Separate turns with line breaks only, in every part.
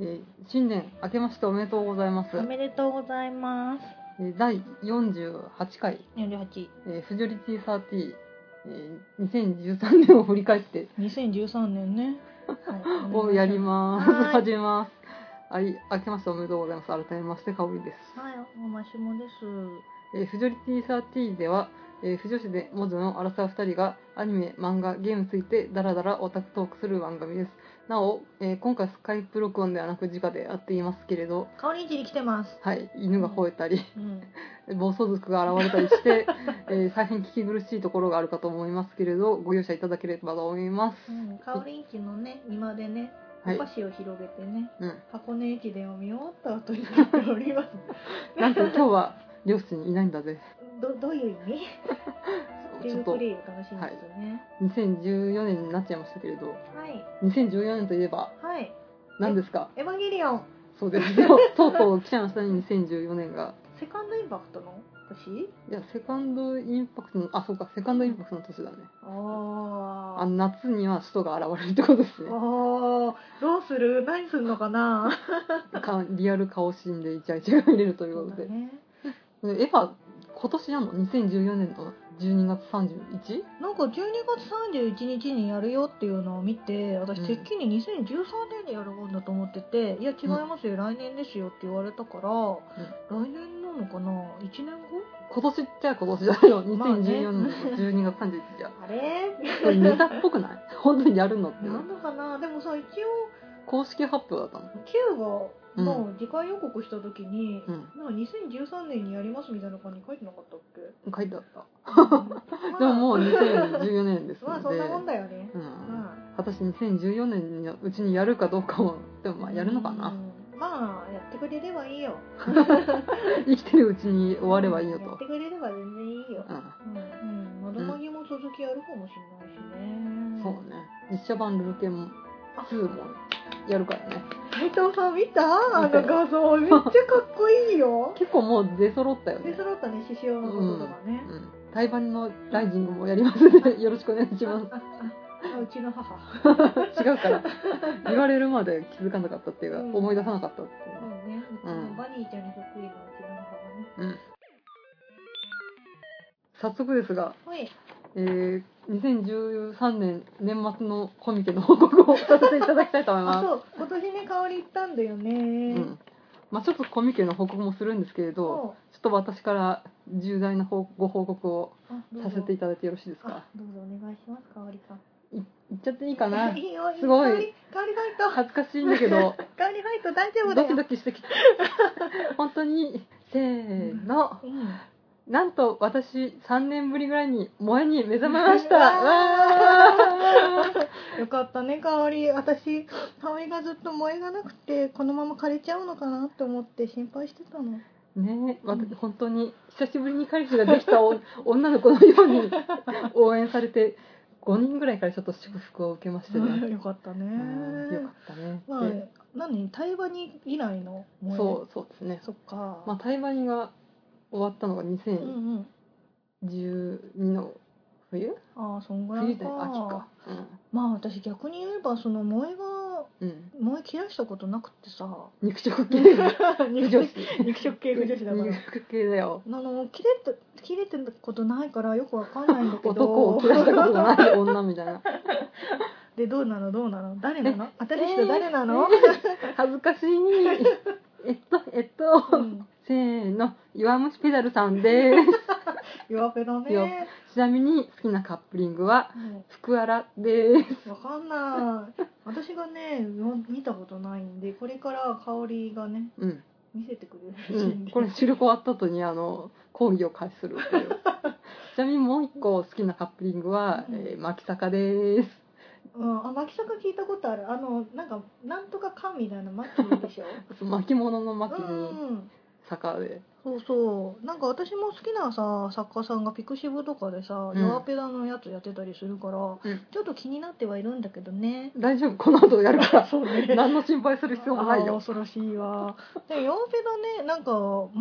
えー新年明けましておめでとうございます
お。めでとうございます。
えー第48回、
48。
えーフジョリティサーティ、えー、2013年を振り返って、
2013年 ね。はい
をやります。
はい
始めます。はい、明けましておめでとうございます。改めまして、かおりです。
はい、おましもです。
えーフジョリティサーティでは、えー、不女子で文字の荒沢2人がアニメ、漫画、ゲームについてダラダラオタクトークする番組です。なお、えー今回スカイプ録音ではなく直でやっていますけれど、
かおりんちに来てます。
はい、犬が吠えたり、
うん。
暴走族が現れたり して、えー大変聞き苦しいところがあるかと思いますけれど、ご容赦いただければと思います。
うん、かおりんちのね、庭でね、
は
お
い
菓。子を広げてね、
うん。
箱根駅伝を見終わった後になってお ります。
なんと今日は両親いないんだ ぜ。
ど、どういう意味っ
ち
てい
ょ
う
っと
プレイを楽しんでるよね。
2014年になっちゃいましたけれど、
はい。
2014年といえば
はい。
何ですか
エヴァゲリオン、
そうですよ。 とうとう来ちゃいましたね、2014年が。
セカンドインパクトの年
いや、セカンドインパクトの、あ、そうか、セカンドインパクトの年だね。
あー
あの夏には首都が現れるってことですね。
おーどうする何すんのかな
かリアル顔死んでイチャイチャが見れるという
そ
こ
う
と
だ
で。
ね
でエヴァ、今年なの ?2014 年の12月 31?
なんか12月31日にやるよっていうのを見て私
うん
てっきり2013年にやるもんだと思ってて、いや違いますよ、来年ですよって言われたから、来年なのかな1年後
今年っちゃ今年だよ。
まあね
2014年の12月31日 や。
あれ
これネタっぽくない本当にやるのって。
なんのかなでもさ一応
公式発表だったの。
Q がの次回予告した時に、
うん。
なんか2013年にやりますみたいな感じに書いてなかったっけ、
書いてあった。
ま あ
でももう2014年です
ま
の
あ
で。
そんなもんだよね、
うん。
まあ
果たして2014年のうちにやるかどうかもでもまあやるのかな、
うんまあやってくれればいいよ
生きてるうちに終わればいいよ
やっ
と
て、くれれば全然いいよ
う
うん、うん、窓マギも続きやるかもしれないしね、
ん、そうね実写版ルルケン2もやるからね
斉藤さん見たあ
見た
の
よ
画像めっちゃかっこいいよ
結構もう出揃ったよ
で
ね、
揃ったね獅子王のこととかね
う、ん、台湾のライジングもやりますの でよろしくお願いしま
あああうちの母、
す違 うから言われるまで気づかなかったっていうか、
うん
思い出さなかったって
そうねうち
うん
のバニーちゃんに得意なうちの母
いう、
がね
うん、早速ですが、
はい
えー、2013年年末のコミケの報告をさせていただきたいと思います
あそう今年ね香り行ったんだよね、
うんまあ、ちょっとコミケの報告もするんですけれど、
そ
ちょっと私から重大な報ご報告を
うあどう
させてい
い
ただいてよろしいです
ただ
か。
どうぞお願いします香りさん。
言っちゃっていいかな
いいよ
すごい
香り香り入った
恥ずかしいんだけ ど、
香り入った大丈夫だ
ド
よ
キドキしてきた。本当に、せーの。
うん
なんと私、3年ぶりぐらいに萌えに目覚めました。
うわ
わー
よかったね香り私香りがずっと萌えがなくてこのまま枯れちゃうのかなって思って心配してたの
ねえ、わた
うん
本当に久しぶりに彼氏ができた お女の子のように応援されて、5人ぐらいからちょっと祝福を受けましてね。
よかったね
うんよかったね。
ま
で
あ何対話に以来の萌え
そうそうですね。
そっか、
まあ、タイバニが終わったのが
うん
2012
うん
の冬、
ああそんぐら
冬
い
じ
か
ゃない秋か。
まあ私逆に言えばその萌えが
うん。うん、
萌え切らしたことなくって さ
肉食系の不
肉
女
食
子。
肉食系不女子だから
肉食系だよ。
あの切れた切れてたことないからよくわかんないんだけど
男を切らしたことがない女みたいな。
でどうなのどうなの誰なの新しい
えー
人誰な の、
恥ずかしい。えっと、えっと、
うん
せーの、弱虫ペダルさんです。
弱ペだ
よ
ね
ちなみに好きなカップリングは、
も
福原です。
うわかんない私がねよ見たことないんでこれから香りがね
うん。
見せてくれるらし
う
い
ん
ん、で、
これ収録終わった後にあの講義を開始するって いうちなみにもう一個好きなカップリングは、
うん
えー、牧坂です
うん、あ牧坂聞いたことあるあのなんかなんとかかんみたいなマッキーでしょ
巻物の巻
う
に
ん
坂で
そうそうなんか私も好きなさ作家さんがピクシブとかでさ、
うん
弱ペダのやつやってたりするから、
ん
ちょっと気になってはいるんだけどね
大丈夫この後やるから
そうね
何の心配する必要もない
あー
よ
恐ろしいわ。でも、ヨンペダね、なんか、漫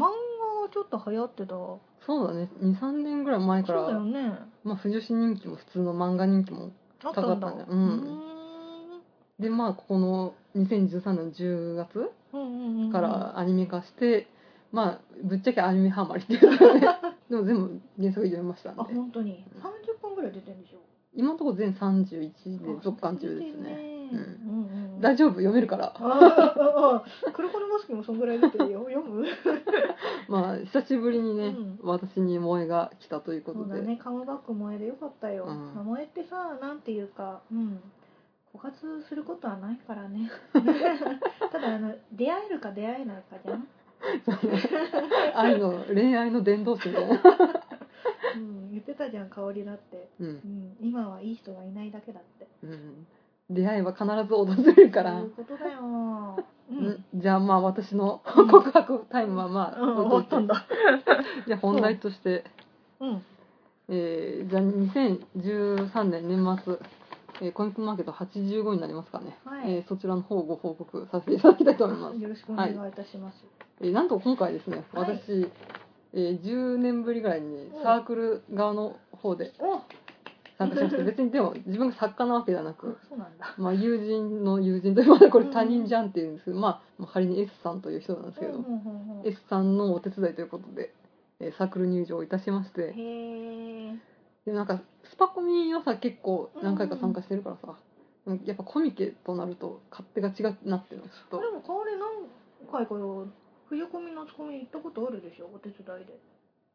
画がちょっと流行ってた。そ
そうだね23年ぐらい前
う
か
だ
ら、
よね。
まあ不女子人気も普通の漫画人気も
あっ
高か
た
っ
ん
た
だ。
んだ
う
うん
ーん
でまあここの2013年10月
うんうんうん
か、らアニメ化して、まあぶっちゃけアニメハマりっていうかね でも全部原作読みましたん
あ
で
本当に30分ぐらい出てるんでしょ
今のところ全31
あ
で続刊中ですね
出てるねうんうんうん
大丈夫読めるから
ああああ黒子のマスクもそんぐらい出てるよ読む
まあ久しぶりにね、
うん
私に萌えが来たというこ
そ
と
うだ
で、
ねカムバック萌えでよかった
う
よ、
ん
まあ萌えってさなんていうかうん枯渇することはないから ねただあの出会えるか出会えないかじゃん、
そうね愛の恋愛の伝道師み たいな、
うん、言ってたじゃん香りだって、
うん
うん、今はいい人がいないだけだって
うん、出会いは必ず訪れるから、
そういうことだよ、う
うん
ん、
じゃあまあ私の告白タイムはまあ、
うん 終わったんだ
じゃあ本題として、
うん
えーじゃあ2013年年末、えーコミックマーケット85になりますかね、
はい
えーそちらの方をご報告させていただきたいと思います、
よろしくお願いいたします、
えーなんと今回ですね
はい
私、えー10年ぶりぐらいにサークル側の方で
お
参加しま した別にでも自分が作家なわけではなく、
そうなんだ
まあ、友人の友人というまだこれ他人じゃんっていうんですけど、まあ、仮に S さんという人なんですけど、
うんうんうんうん
S さんのお手伝いということで、えーサークル入場をいたしまして
へえ
でなんかスパコミはさ結構何回か参加してるからさ、やっぱコミケとなると勝手が違うなっていうのはちょっ
でも香り何回かよ冬コミ夏コミ行ったことあるでしょお手伝いで、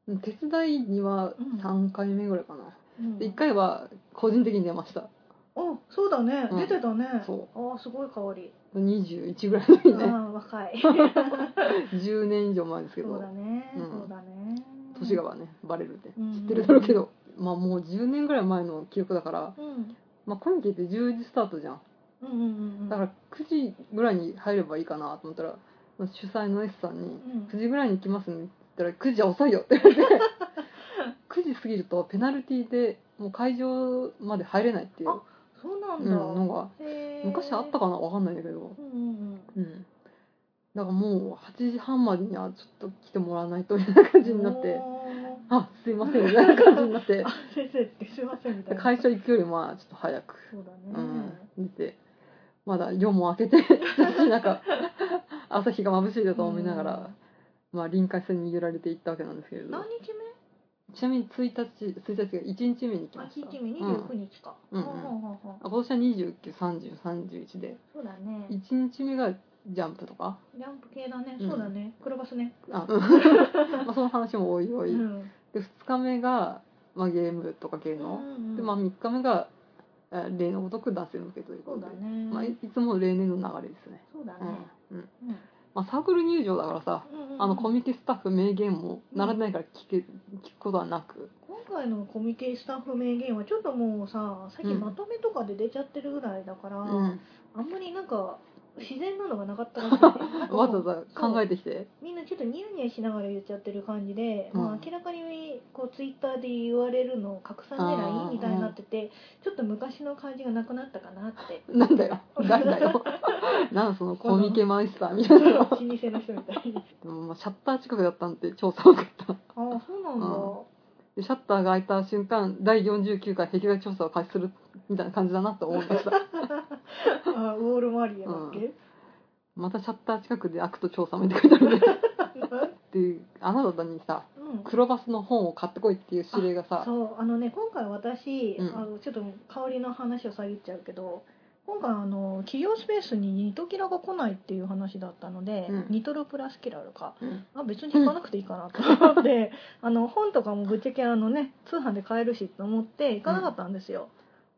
と手伝いには
うん
3回目ぐらいかな、
うん
で1回は個人的に出ました
あそうだね、
うん
出てたね
そ
あすごい香り
21ぐらいの時
あ
ね
ー若 い
10年以上前ですけ
そう
ど
だね、
うん
そうだね
年がねバレるって
うん
知ってるだろうけど、まあもう10年ぐらい前の記憶だから、
うん
まあ、コミケって10時スタートじゃん
うんうんうんうん
だから9時ぐらいに入ればいいかなと思ったら主催の S さんに
うん
「9時ぐらいに来ますね」って言ったら「9時は遅いよ」って言われて9時過ぎるとペナルティでもう会場まで入れないっていう
あそうな
うんん
だ、
のが
へー
昔あったかなわかんないんだけど
うんうん
うんだからもう8時半までにはちょっと来てもらわないとみたいな感
うん
じになって
おー
「あすいません」みたいな感じにな って
あ先生ってすいませんみたいな
会社行くよりまあちょっと早く
そうだね、
うん、見てまだ夜も明けて 私なんか朝日が眩しいだと思いながら、まあ、臨海線に揺られていったわけなんですけれど
何日目
ちなみに1日1日が1日目に来
あ
ま
日
した
日目
うん
29日か、
うんうん
ほほほほ
あ今年は293031で
そうだね
1日目がジャンプとか
ジャンプ系だね、
うん
そうだね黒バスね
あ、 うんまあその話もおいおい、
うん
で2日目が、まあ、ゲームとか系の、
うん
で、まあ、3日目があ例のごとく男性向けというこ
そう
とで
だね、
まあ、いいつもの例年の流れですね、
そうだね、
うんうん
うん
まあ、サークル入場だからさ、
うんうんうん
あのコミケスタッフ名言も並んでないから聞け、聞くことはなく、
今回のコミケスタッフ名言はちょっともうさ最近
うん
まとめとかで出ちゃってるぐらいだから、
うん
あんまりなんか自然なのがなかった らしい、ね、なんか
わざわざ考え
て
てきて
みんなちょっとニヤニヤしながら言っちゃってる感じで、
うん
まあ、明らかにこうツイッターで言われるのを拡散狙いみたいになっててちょっと昔の感じがなくなったかなって
なん だよ誰だよなんそのコミケマイスターみたいな
老
の
舗の人みたいに
でもまあシャッター近くだったんで超寒かった
ああそうなんだ、
うんでシャッターが開いた瞬間第49回壁画調査を開始するみたいな感じだなと思いました
ああウォールマリアだっけ、
またシャッター近くで悪と調査もって書いてあるねであなたにさ
うん
黒バスの本を買ってこいっていう指令がさ
そうあのね今回私、
うん
あのちょっと香りの話を遮っちゃうけど今回あの企業スペースにニトキラが来ないっていう話だったので、
うん
ニトロプラスキラルか、
うん
あ別に行かなくていいかなと思って、 あの本とかもぶっちゃけあのね通販で買えるしと思って行かなかったんですよ、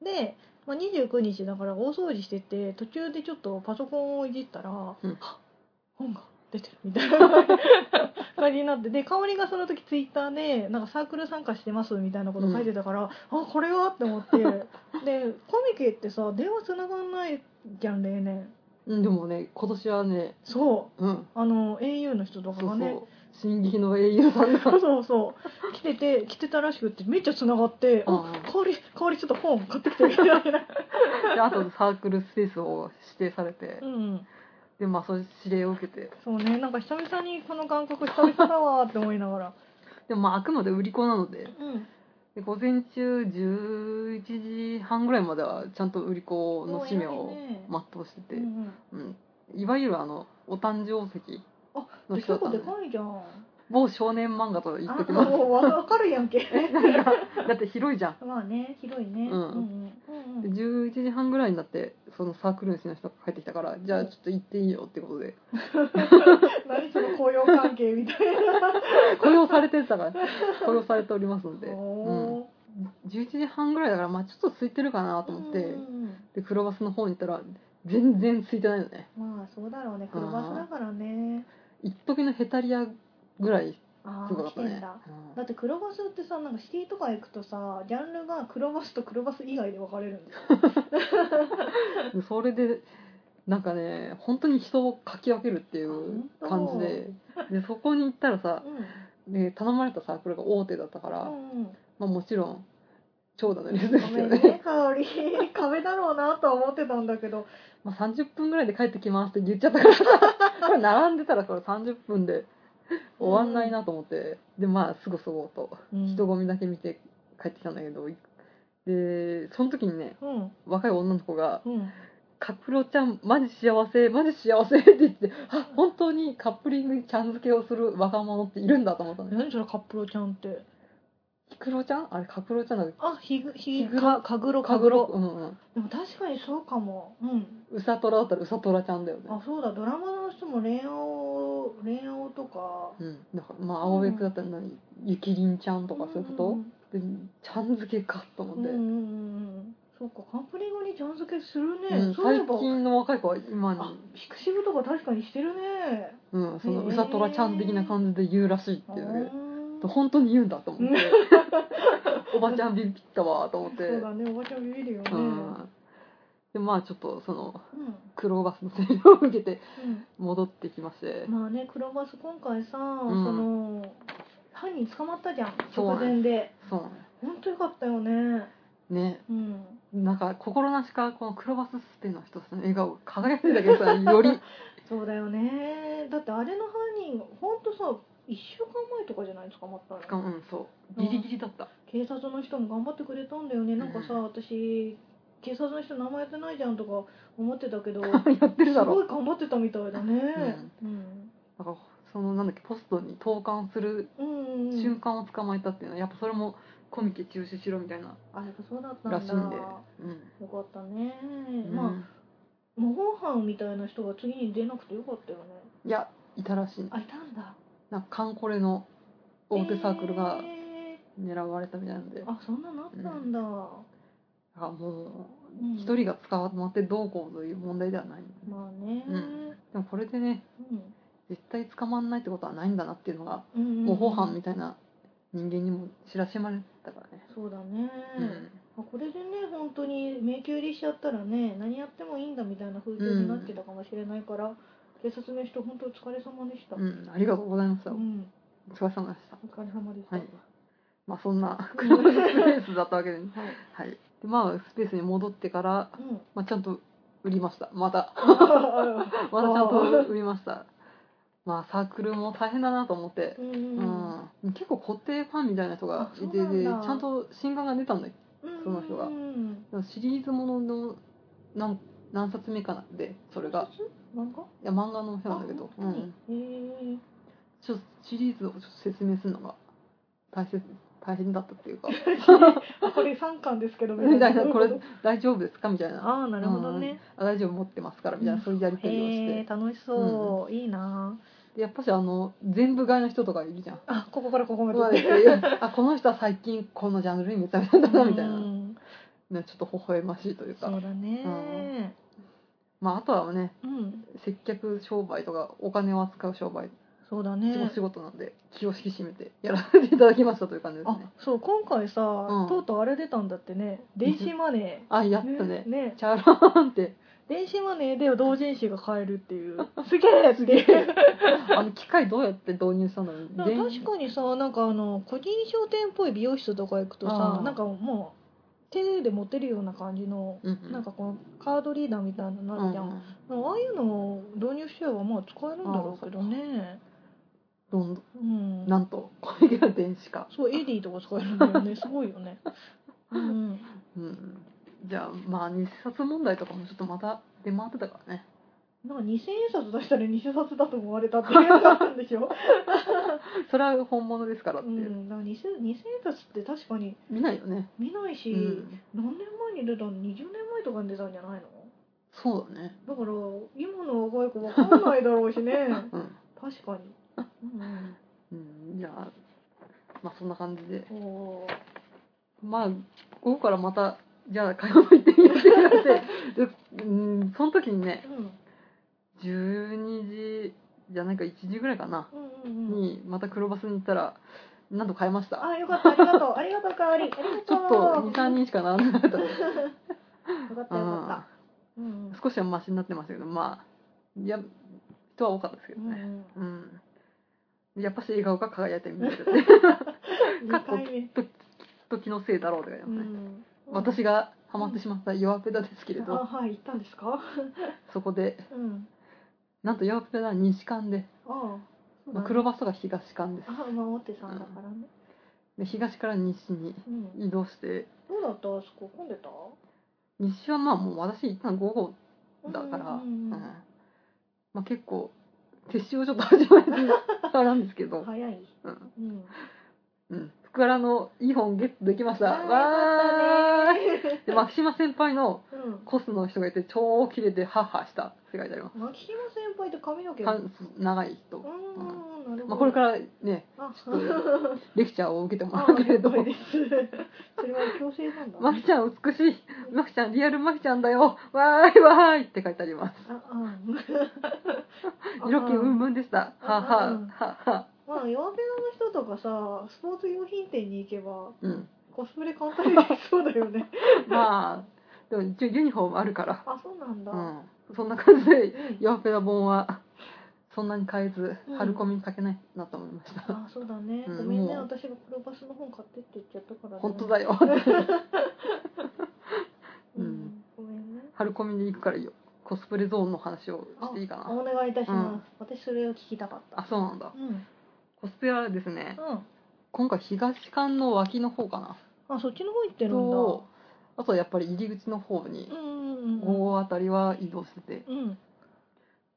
で、まあ、29日だから大掃除してて途中でちょっとパソコンをいじったら、
うん
本が出てるみたいな感じになってで香りがその時ツイッターでなんかサークル参加してますみたいなこと書いてたから、あこれはって 思ってでコミケってさ電話つながんないじゃん例年
うんでもね今年はね
そ
うん
うあの au の人と
そ
か
う
が
そう、
ね
進撃の英雄さん
そう
が
そうそう来てて来てたらしくってめっちゃつながって「あ
う
香り香りちょっと本買ってきて」みたいな
であとサークルスペースを指定されて
う、ん
でまあそういう指令を受けて
そうねなんか久々にこの感覚久々だわーって思いながら
でもまああくまで売り子なので
うん
で午前中11時半ぐらいまではちゃんと売り子の使命
お
を
偉いね
全うしてて、
うんうん
うん、いわゆるあのお誕生石
あ
の
で
人だっ
結
た
構
んで
でかいじゃん
某少年漫画と言っとき
あ
ます
もうわわかるやん け
だって広いじゃん
まあね広いね
うん
うんうん
で11時半ぐらいになってそのサークル主の人が帰ってきたからじゃあちょっと行っていいよってことで
何その雇用関係みた いな。
雇用されて たから雇用されておりますので、うん、
お
11時半ぐらいだからまあちょっと空いてるかな
ー
と思って、
うんうん
で黒バスの方に行ったら全然空いてないのね
うんまあそうだろうね、黒バスだからね。
一時のヘタリアぐらいす
ああ
ごか
ー、
っ
来
た
て
ね
んだ。だって黒バスってさ、なんかシティとか行くとさ、ジャンルが黒バスと黒バス以外で分かれるんだよ。
うんでそれでなんかね本当に人をかき分けるっていう
あ
感
本
じ
当
ででそこに行ったらさ
う
で頼まれたサークルが大手だったから、
ん。うんうん。
まあ、もちろん長蛇の列で
ご
す
め
よ
ん
ね
ね、香り。 壁だろうなとは思ってたんだけど。
まあ、30分ぐらいで帰ってきますって言っちゃ ったからこれ並んでたらこれ30分で終わんないなと思って、でまあすぐそごうと人
が。
混みだけ見て帰ってきたんだけど、でその時にね
うん。
若い女の子が
うん。
「カプロちゃんマジ幸せマジ幸せ」って言ってあ本当にカップリングにちゃん付けをする若者っているんだと思ったのよ。
何それカップロちゃんって。
ヒクロちゃんあれカプロちゃんだっけ
あ、ひぐ、ひ
ひぐ
ぐ、
ろ
かかぐろ、
カ
か
グ
ぐ
ロ
ろ。
うんうん
でも確かにそうかも。うん。
ウサトラだったらウサトラちゃんだよね
あそうだドラマの人も恋愛を恋愛とか
うんだからまあ青べくだったら何ゆきりんちゃんとかそういうこと、
うん
でちゃんづけかと
う
思
ん
っ
う
て、
んうんうんそうかカンプリングにちゃん付けするね、
うん
そういえ
最
ば
近の若い子は今に
あピクシブとか確かにしてるね
うん、その
へー
うさとらちゃん的な感じで言うらしいっていうね
あー
本当に言うんだと思っ
う
ておばちゃんビビったわと思って
そうだねおばちゃんビビるよね
う
うん
んでまあちょっとその
うん
黒バスの洗礼を受けて戻ってきまして、
まあね黒バス今回さ、
ん
その犯人捕まったじゃん
そう
直前で
そうなのよ
本当よかったよね
ね
うん
なんか心なしかこの黒バススペの人たちの笑顔が輝いてたけどさより
そうだよねだってあれの犯人ほんとさ1週間前とかじゃない捕まったの
しかもうんそうギリギリだった、
警察の人も頑張ってくれたんだよねなんかさ、
うん
私警察の人名前やってないじゃんとか思ってたけど
やってるだ
す
ろ
ごい頑張ってたみたいだねうん
だからそのなんだっけポストに投函する
うん、うん、
瞬間を捕まえたっていうのはやっぱそれもコミケ中止しろみたいな
あやっぱそうだったんだ
らしいんで、うん
よかったね、
うん
まあ模倣犯みたいな人が次に出なくてよかったよね
いやいたらしいね
あいたんだ
なんかカンコレの大手サークルが
え
狙われたみたいなんで、
ーあそんななったんだ、
だからも
うん
う一人が捕まってどうこうという問題ではない、
まあね、
うでもこれでね
うん
絶対捕まんないってことはないんだなっていうのが
模
模倣犯みたいな人間にも知らしめられたからね、
そうだね、
うん
あこれでね本当に迷宮入りしちゃったらね何やってもいいんだみたいな風潮になってたかもしれないから、警察の人本当お疲れ様でした、
うん、ありがとうございました、
うん
お疲れ様でした
お疲れ様でした、
はいまあそんな車のスペースだったわけで、ね、
はい
はい。で、まあ、スペースに戻ってから、
うん
まあ、ちゃんと売りました。また、
あ
またちゃんと売りました。まあ、サークルも大変だなと思って
ーう。ん
う
うん
ん、結構固定ファンみたいな人が
あ
い
そう
て
なん
でち
だ
ゃんと新刊が出たんだけ
うん
その人が
うん
どシリーズものの何何冊目かなでそれが
漫画
いや漫画の表なんだけど、
あ
う
本当に
ん、
へえ
ちょっとシリーズをちょっと説明するのが大切大変だったって いうか
あこれ三巻ですけど
みたいなこれ
どういうと
大丈夫ですかみたいな
ああなるほどね
あ大丈夫持ってますからみたいなそういうやり取りをして
へえ楽しそう、いいな
でやっぱしあの全部買いの人とかいるじゃん。
あここか らここまで
まああこの人は最近このジャンルにめちゃめちゃだなみたいな
う
ね
ん
ちょっと微笑ましいというか
そうだね
まああとはね
うん
接客商売とかお金を扱う商売
そうだね
お仕事なんで気を引き締めてやらせていただきましたという感じです
あ
ね
そう今回さ、
うん
とうとうあれ出たんだってね電子マネ
あや
ー
ったね
ね
チャラーンって
電子マネーで同人誌が買えるっていう すげえっていう
すげえあの機械どうやって導入したの
だから確かにさなんかあの個人商店っぽい美容室とか行くと
あ
さ
ー
なんかもう手で持てるような感じの
うんうん
なんかこのカードリーダーみたいなのあるじゃん、
うんうん
ああいうのを導入しちゃえばまあ使えるんだろうけどね
どんど
うん
んなんとコミケの電子化、
そうエディとか使えるんだよねすごいよねうん
うん、じゃあまあ日冊問題とかもちょっとまた出回ってたからね
なんか2000円札出したら偽札だと思われたっていうやつあるんでしょ、
それは本物ですからっ
う
ていう、
ん、だから 2000, 2000円札って確かに
見ないよね、
見ないうし、
ん、
何年前に出たの20年前とかに出たんじゃないの
そうだね
だから今の若い子わかんないだろうしね
うん、
確かに、う
う
ん
ん、じゃあまあそんな感じで
うん、おー
まあ午後からまたじゃあ買い物行ってみようって言われて でうんその時にね
うん
12時じゃないか1時ぐらいかな、
うんうんうん
にまた黒バスに行ったらなんと買えました
あよかったありがとうありがとうかわりありがとう
ちょっと23人しか並んでなかった
よかったよかったうんうん
少しはマシになってましたけどまあいや人は多かったですけど
うん
ね
うん
うん、やっぱし笑顔が輝いて見えるって
二回目
時のせいだろうって書いて
う
ますね、
ん
私がハマってしまった弱ペダですけれ
あ
ど、
はい行ったんですか
そこで
うん
なんと弱ペダは西館で、
ああ
まあ、黒バスが東館です、
あ守ってさんだからね
で東から西に
うん
移動して
どうだったあそこ混んでた
西はまあもう私一旦午後
うん
だから、
う
うん
んうん
まあ、結構撤収をちょっと始まりそうなんですけど、
早い
うん
うん
うん、福原のいい本ゲットできました。
あー
わーい
よかったね
で、牧島先輩の
うん
コスの人がいて、超キレてハッハしたって書いてありま
牧島先輩って髪の
す。
毛
パ
う
ン長い人。
んなるほど
まあ、これからね、
あ
ちょっ
と
レクチャーを受けても
あ
ら
あ
うけ
了
れど、
解ですそれは強制なんだ
マキちゃん美しい、マキちゃんリアルマキちゃんだよ、わーいわーいって書いてあります。
ああ
色気うんむんでした。はっは
うん
ー、はっは
まあ、弱ペダの人とかさ、スポーツ用品店に行けば、
ー。 うん。
コスプレ簡単にできそうだよ ね。
まあ、でも一応ユニフォームあるから、
あ、そうなんだ。うん。
うん。そんな感じで、ヨーペダ本は、そんなに変えず
うん、
春コミに書けないなと思いました。
あ、そうだね。
うん
ごめんね、
もう
私が黒バスの本買ってって言っちゃったから、ね。
本当だ よ。
う
うん
ん。ごめんね。
春コミで行くからいいよ。コスプレゾーンの話を
あ
していいかな。
お願いいたします。私それを聞きたかった。
あ、そうなんだ
う。ん。うん。
コスプレはですね、今回東館の脇の方かな。
あ、そっちの方行ってるんだ。
と、あとはやっぱり入り口の方に
う、んうんうん。
大当たりは移動してて。
うん。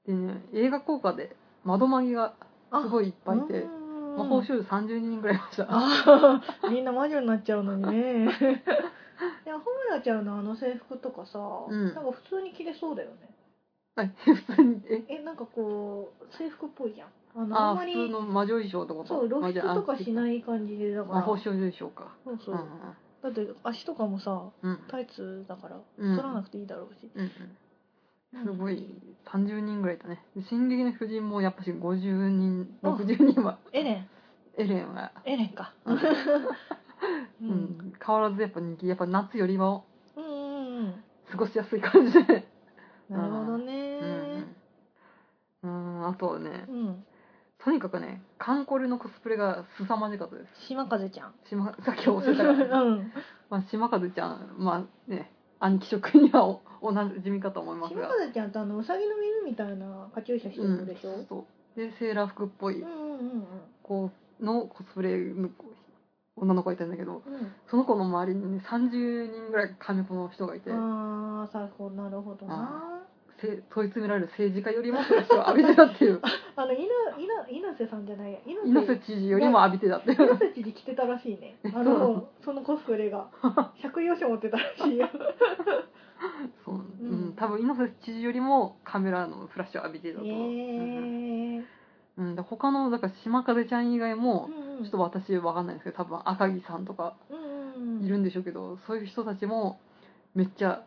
でね、映画効果で窓マギが
あ
すごいいっぱいいて、
うん
魔法少女30人ぐらいいました。
あー みんな魔女になっちゃうのに ね。でも、ホムラちゃんのあの制服とかさ、
うん
なんか普通に着れそうだよね。
はい、普通に、え、
え、なんかこう、制服っぽいじゃん。あの、あ
あ
ん
ー、
ま
普通
り、
の魔女衣装ってこと
そう、露出とかし
い。
ない感じで、だから。
魔法少女衣装か。
そう
う
そ
んう
う。
ん
だって、足とかもさ、
うん。うん
タイツだから、
うん
取らなくていいだろうし。
うんうん、すごい30人ぐらいいたね「で進撃の巨人」もやっぱし50人
あ
60人は
エレン、
エレンは、
エレンか。
うん
う
うん。変わらずやっぱ人気やっぱ夏よりは
うんうんうん。
過ごしやすい感じで
なるほど
うん
ね。
うんうんあとはね
うん。
とにかくねカンコレのコスプレが凄まじかったです
島風ちゃん。
島さっきおっしゃったか らね、
うん。
まあ、島風ちゃんまあね兄貴職にはおおなじみかと思います
島
が
風ちゃんってあの、うさぎの耳みたいなカチューシャしてるでしょ、
うん、そうでセーラー服っぽい
うんうん
子のコスプレの子女の子がいたんだけど
うんうん
その子の周りに、ね、30人ぐらい亀子の人がいて
ああ、なるほど、なるほどな。
せ問い詰められる政治家よりも私は浴びてたって いう
あの、いな、いな、稲瀬さんじゃないや。
猪瀬知事よりも浴びてたってい
私
う
たちに着てたらし いね。あ
そうなの
の、そのコス プレが。借用書持ってたらしいよ。
そう、うん
うん
多分猪瀬知事よりもカメラのフラッシュを浴びて
え
たと思う、うん
ー。
うん、で他のだから島風ちゃん以外
う
も、
んう
ちょっと
ん。
私わかんないですけど多分赤木さんとか
うんうん
いるんでしょうけど、そういう人たちもめっちゃ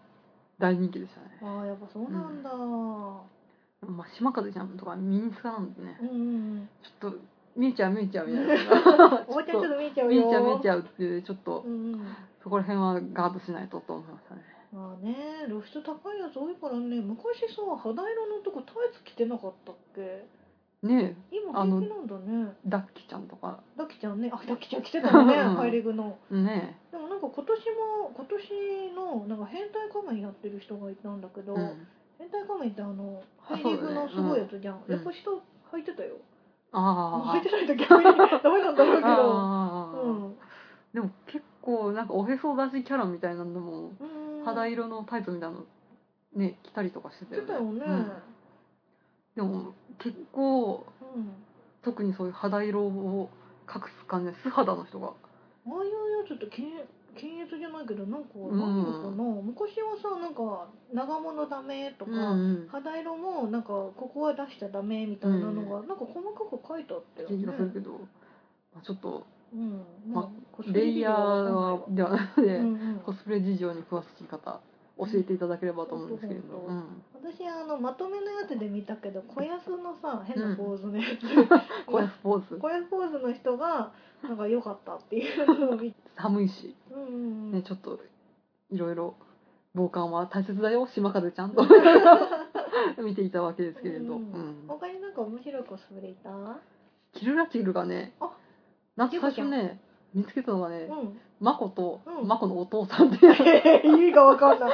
大人気でしたね、
ああ、やっぱそうなんだ。う
まあ、島風ちゃんとかミニスカなんでね、
んうん
ちょっと、見えちゃう見えちゃうみたいな。
うん。おばちゃんちょっと見えちゃう
見え
よ。
ちゃう見えち
ゃ
ゃうっていう、ちょっと
う、んうん。
そこら辺はガードしないとと思いましたね。
まあね、露出高いやつ多いからね、昔さ、肌色のとこタイツ着てなかったっけ
ね
今平気なんだね。
え、ダッキちゃんとか、
ダキちゃんね、あ、ダキちゃん着てたよね、
うん
ハイレグの。
ね
でもなんか今年も、今年のなんか変態仮面やってる人がいたんだけ
え、
ど、
うん。
変態仮面ってあの、ハ
あ
イレグ
そうだ
の
ね
すごいやつじゃん。
うん
やっぱ下履いてたよ。もう
あ
履い
ー
てないと逆にダメなんだろうけ ど
あー、
うん
でも結構なんかおへそ出しキャラみたいなのも
うん
肌色のタイツみたいなのね着たりとかしてた
言
よ
っ
ね
てたよね、
うんでも結構特にそういう肌色を隠す感じで素肌の人が
うん、ああいうやつって検検閲じゃないけどなんか
うん
なんのかな、昔はさなんか長物ダメとか、
うん
肌色もなんかここは出しちゃダメみたいなのが、なんか細かく書いてあったよ
気
ね
がするけど、まあ、ちょっと
うん
まあ
なんかコス
レ
メ
イ
事情
ヤー
わかんない
は
わ
ではなくて、
うんうん
コスプレ事情に詳しい方教えていただければと思うんですけれど、
うん
うん、
私あのまとめのやつで見たけど小安のさ変なポーズのやつ、
これスポーツ
小安ポーズの人がなんか良かったっていうのを見て、
寒いし、
うんうん う
ね、
ん、
ちょっといろいろ防寒は大切だよ島風ちゃん と見ていたわけですけれど、
う
う
ん
ん
他になんか面白いコスプレいたう
キルラキルがね
あ
なんか最初ね見つけたのがね、
ん
マコと
うん
マコのお父さんっていう
意味がわかんない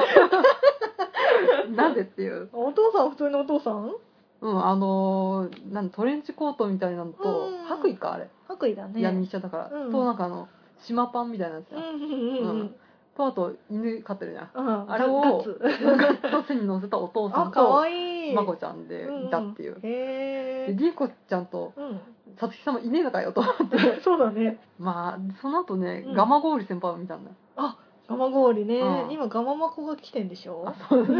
なんでっていう、
お父さん普通のお父さん
うん、あのーなんトレンチコートみたいなのと
うん
白衣かあれ、
白衣だね
闇医者だから、
うん
となんかあの島パンみたいなやつ
うん
や、
うんうんうん
とあと犬飼ってるじゃん
うん
あれを
ガッツ
と背に乗せたお父さ
あ
ん
か
と
わいい
まこちゃんでいたっていう、
んんへ
で
え
りこちゃんと
うん
さつきさんもいねえのかよと思 って
そうだね
まあその後ね、
うん
ガマゴーリ先輩を見たんだよ
ガマゴーリね、
うん
今ガママコが来てんでしょ
あそうだね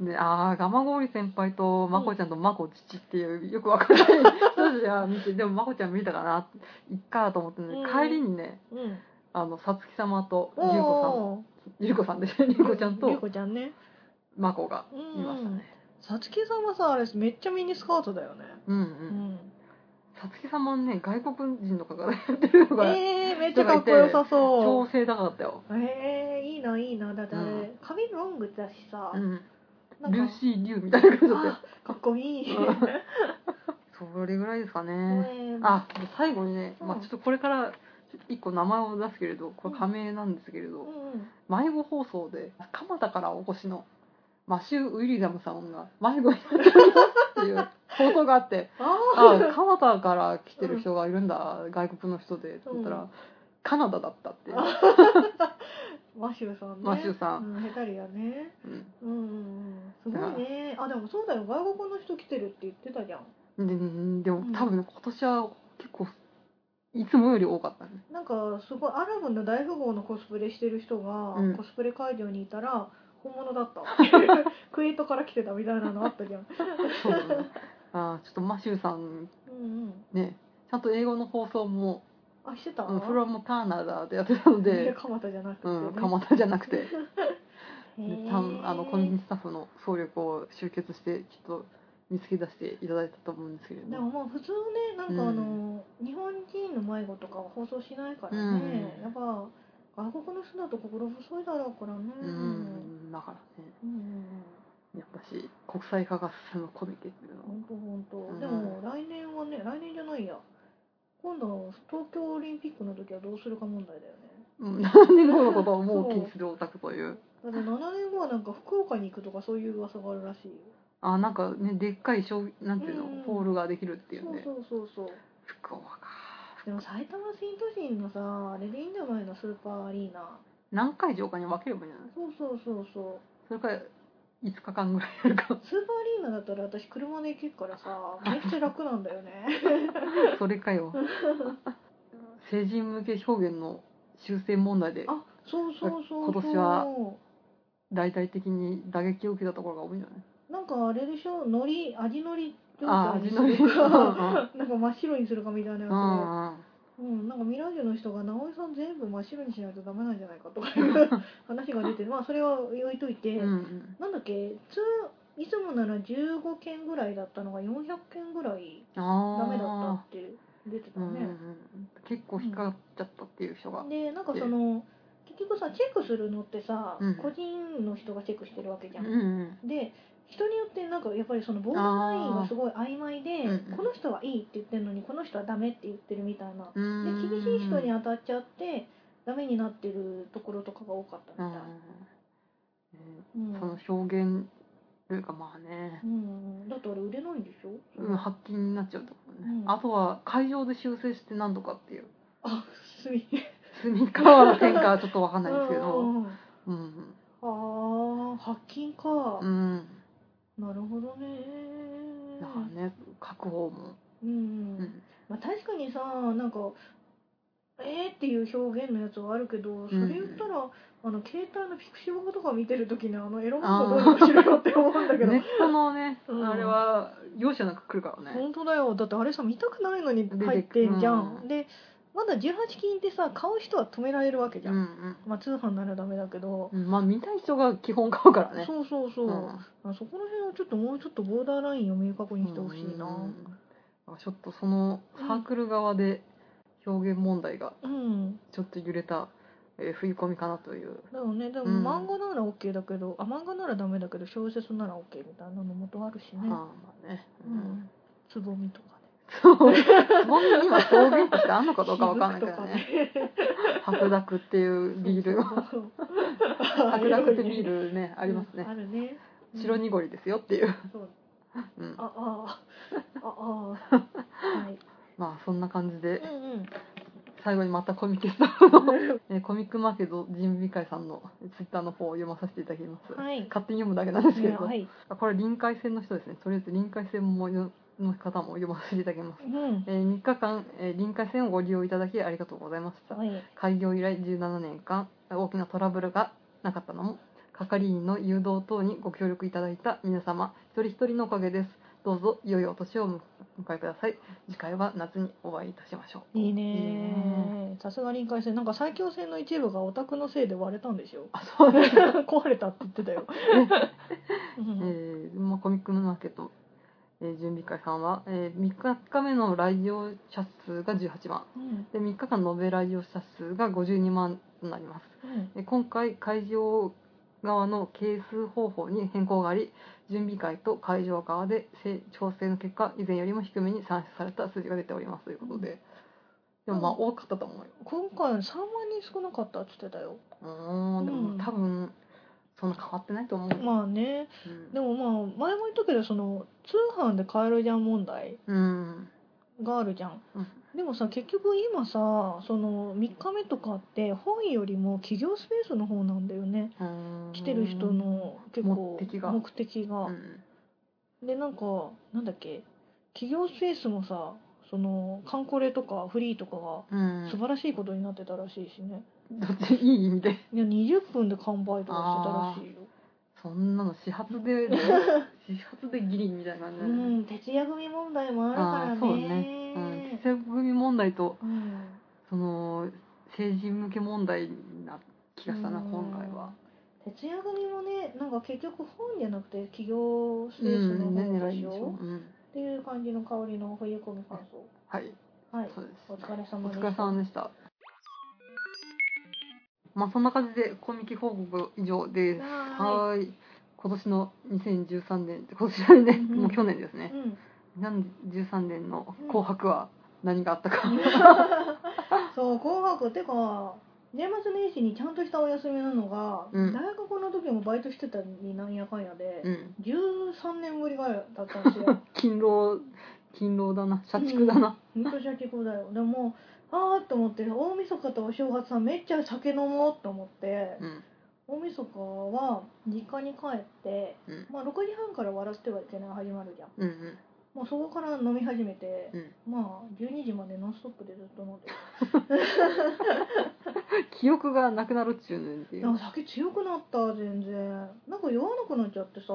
ねあーガマゴーリ先輩とまこちゃんとまこ父っていうよくわからない人たちが見てでもまこちゃん見たかないっかと思ってね、
うん
帰りにね
うん
あのさつき様とりこ
おー
さんりこさんで りこちゃん
ゆう
と
こちゃんね
まこが
うん
いましたね
さつきさんはさあれめっちゃミニスカートだよね
うんう
うんん
さつき様ね外国人の方がやってるのが
えー、めっちゃかっこよさそ
超
う
盛高かったよ、
えー、いいないいなだってあれ、
うん
髪ロングだしさ、
うん、
なんか
ルーシー・リュウみたいな感じだったよ
あ かっこいい、
うんそれぐらいですかね
うん
あで最後にね、
うん
まあ、ちょっとこれから一個名前を出すけれどこれ仮名なんですけれ
う
ど、
んうん
迷子放送で蒲田からお越しのマシュー・ウィリアムさんが迷子になっておりますっていう放送があって
あ
「ああ蒲田から来てる人がいるんだ、外国の人で」って言ったら、
うん
カナダだったっていう、
ーマシューさんね
マシューさ、
うんん、下手りだね
うん
うんうんうんすごいねあでもそうだよ外国の人来てるって言ってたじゃん
でで
う
も
ん
多分今年は結構いつもより多かったね
なんかすごいアラブの大富豪のコスプレしてる人が、
うん
コスプレ会場にいたら本物だった クエートから来てたみたいなのあったじゃん
そうだね ああちょっとマシューさん
うんうん
ねちゃんと英語の放送も
あしてた、
うん、それはもうターナーだってやってたの
い
で、
や蒲田じゃなくて、
うん、蒲田じゃなくて、
へー
たんあのコンビニスタッフの総力を集結して、ちょっと見つけ出していただいたと思うんですけれど
で
も、
もまあ普通ねなんかあの、日本人の迷子とかは放送しないからね、
うん
やっぱ外国の人だと心細いだろうからね
う
うん
ん、だからね、
うん
やっぱし、国際化が進むコミケっていうのは、
本当本当、
うん
でも来年はね来年じゃないや今度東京オリンピックの時はどうするか問題だよね
うん、何年後のことをもう気にするオタクという、
だって7年後はなんか福岡に行くとかそういう噂があるらしいよ
あなんかね、でっかいショー、なんていうの、
うん
ホールができるっていう
そ
ん
う
で、
そうそうそう
福岡か、
でも埼玉新都心のさあれでいいんじゃないのスーパーアリーナ
何回場かに分ければいいんじゃない
そうそうそうそう
それから5日間ぐらいやる か、
スーパーアリーナだったら私車で行けっからさめっちゃ楽なんだよね
それかよ。成人向け表現の修正問題で
あそうそうそうそう
今年は大々的に打撃を受けたところが多いんじゃない
なんかあれでしょ海苔味のり
ああ、味 のり。うんう
状態にするか
ん
なんか真っ白にするかみたいなや
う
つ
んうん
でうん、なんかミラージュの人が「直江さん全部真っ白にしないとダメなんじゃないか」とかいう 話が出てまあそれは置いといて、
うんうん
なんだっけ通いつもなら15件ぐらいだったのが400件ぐらい
あー
ダメだったって出てた
うんうんう
ね、
ん結構引っかかっちゃったっていう人が。
でなんかその結局さチェックするのってさ、
うん
個人の人がチェックしてるわけじゃ
うん
ん、
うん
で人によってなんかやっぱりそのボーダーラインがすごい曖昧で、
あーうんうん
この人はいいって言ってるのにこの人はダメって言ってるみたいな
う
で
ん
厳しい人に当たっちゃってダメになってるところとかが多かった
う
み
ん
たい、
うん
うん
その表現なんかまあね
う、ん、だってあれ売れないんでしょ、
うん、発禁になっちゃうと思うね、
うん
あとは会場で修正してなんとか っていう
あすみ
スニーカーはせんかちょっとわかんないですけ
う
ど
んうんうん
うん
ああ発禁か、
うん
なるほどね
だからね確保も、
う
う
んうん
ん、
まあ、確かにさなんか「えー」っていう表現のやつはあるけどそれ言ったら、あの携帯のピクシブとか見てる時にあのエロ漫画どうにかしろよって思うんだけど、
ネットのね、
うん
あれは容赦なく来るからね
本当だよだってあれさ見たくないのに入ってんじゃん、
うん
でまだ18禁ってさ買う人は止められるわけじ
う
ゃ
ん
ん、
うん
まあ通販ならダメだけど、
うんまあ見たい人が基本買うからね
そうそうそう、あそこら辺はちょっともうちょっとボーダーラインを明確にしてほしいな
うんだからちょっとそのサークル側で表現問題が
うん
ちょっと揺れた、えー、振り込みかなという
だよねでも
うん
漫画なら OK だけど、あ漫画ならダメだけど小説なら OK みたいなのもとあるし
あ
ね、
ーまあね、
うんつぼみとかね
そうつぼみに今表現としてあんのかどうかわかんないけどね 白濁っていうビールは白濁ってビ
ル
ールねありますね
あるね
白濁りですよっていう、
そう
うん
あ、ああああはい
まあそんな感じで
うんうん
最後にまたコミケスタッフの、えーコミックマーケット人民会さんのツイッターの方を読まさせていただきます、
はい
勝手に読むだけなんですけど、
はい
あこれ臨海線の人ですねとりあえず臨海線もよの方も読ませていただきます、
うん
えー3日間、えー臨海線をご利用いただきありがとうございました、
はい
開業以来17年間大きなトラブルがなかったのも係員の誘導等にご協力いただいた皆様一人一人のおかげですどうぞ良いお年をむ迎えください次回は夏にお会いいたしましょう
いい
いいね
ねさすが臨海線なんか最強線の一部がオタクのせいで割れたんでし ょ
あそうです、
壊れたって言ってたよ、うん
えーまあ、コミックマーケット、えー準備会さんは、えー3日目の来場者数が18万
うん
で3日間延べ来場者数が52万となります
うん
え今回会場側の係数方法に変更があり準備会と会場側でせ調整の結果以前よりも低めに算出された数字が出ておりますということで、でもまあ
うん
多かったと思うよ
今回3万人少なかったって言ってたよ
うーんでも
うん
多分そんな変わってないと思う、
まあね
うん
でもまあ前も言ったけどその通販で買えるじゃん問題
うん
があるじゃん
うん
でもさ結局今さその3日目とかって本よりも企業スペースの方なんだよね
うーん
来てる人の結構
目的が
目的が
うん
でなんかなんだっけ企業スペースもさそのカンコレとかフリーとかが
うん
素晴らしいことになってたらしいしね
どっちいい意味で
いや20分で完売とかしてたらしいよ
そんなの始発で、 始発でギリみたいなね、
うん、徹夜組問題もあるから
あ
ね。
ーそうねうん久組問題と
うん
その成人向け問題な気がしたな
うん
今回は。
徹夜組もね、なんか結局本じゃなくて企業ス
う
ペース
ん、
の
ね
方
狙
で
い
し
でし
ょ
ょ。。うん、
っていう感じの香りの冬コミ感想。
はい、
はい。
そうです。
お疲れ
お
様で
疲
し
れ
た。
様でした。まあそんな感じでコミケ報告以上です。
は
はーい。今年の2013年、今年はね、
うん
もう去年です
ーい。
ね。
うん。
2013年の紅白は何があったか。
そう、紅白ってか、年末年始にちゃんとしたお休みなのが、
うん
大学の時もバイトしてたになんやかんやで、
うん。
13年ぶりぐらいだったんですよ。
勤労、勤労だな、社畜だな。
本当邪気こだよでもあーって思って大晦日とお正月はめっちゃ酒飲もうと思って
うん。
大晦日は実家に帰って、
うん
まあ、6時半から笑ってはいけない始まるじゃん
うんうん。
もうそこから飲み始めて、
うん
まあ12時までノンストップでずっと飲んで
記憶がなくなるっちゅうねんってい
なん
う。
か酒強くなった全然なんか酔わなくなっちゃってさ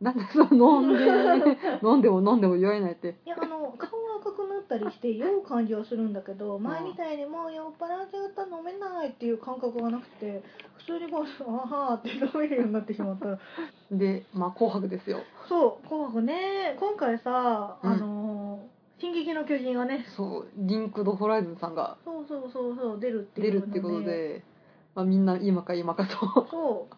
なんでその飲んで、 飲んでも飲んでも酔えないって。
いや あの顔が赤くなったりして酔う感じはするんだけど前みたいにもう酔っ払っちゃった飲めないっていう感覚がなくて普通にこう「あはー」って飲めるようになってしまった
で、まあ、紅白ですよ。
そう「紅白ね」今回さ、
うん
あのー「進撃の巨人」がね
そう、リンクドホライズンさんが
そうそうそうそう出るってい
出
う
る
の
ってことで、まあ、みんな今か今かと。
そう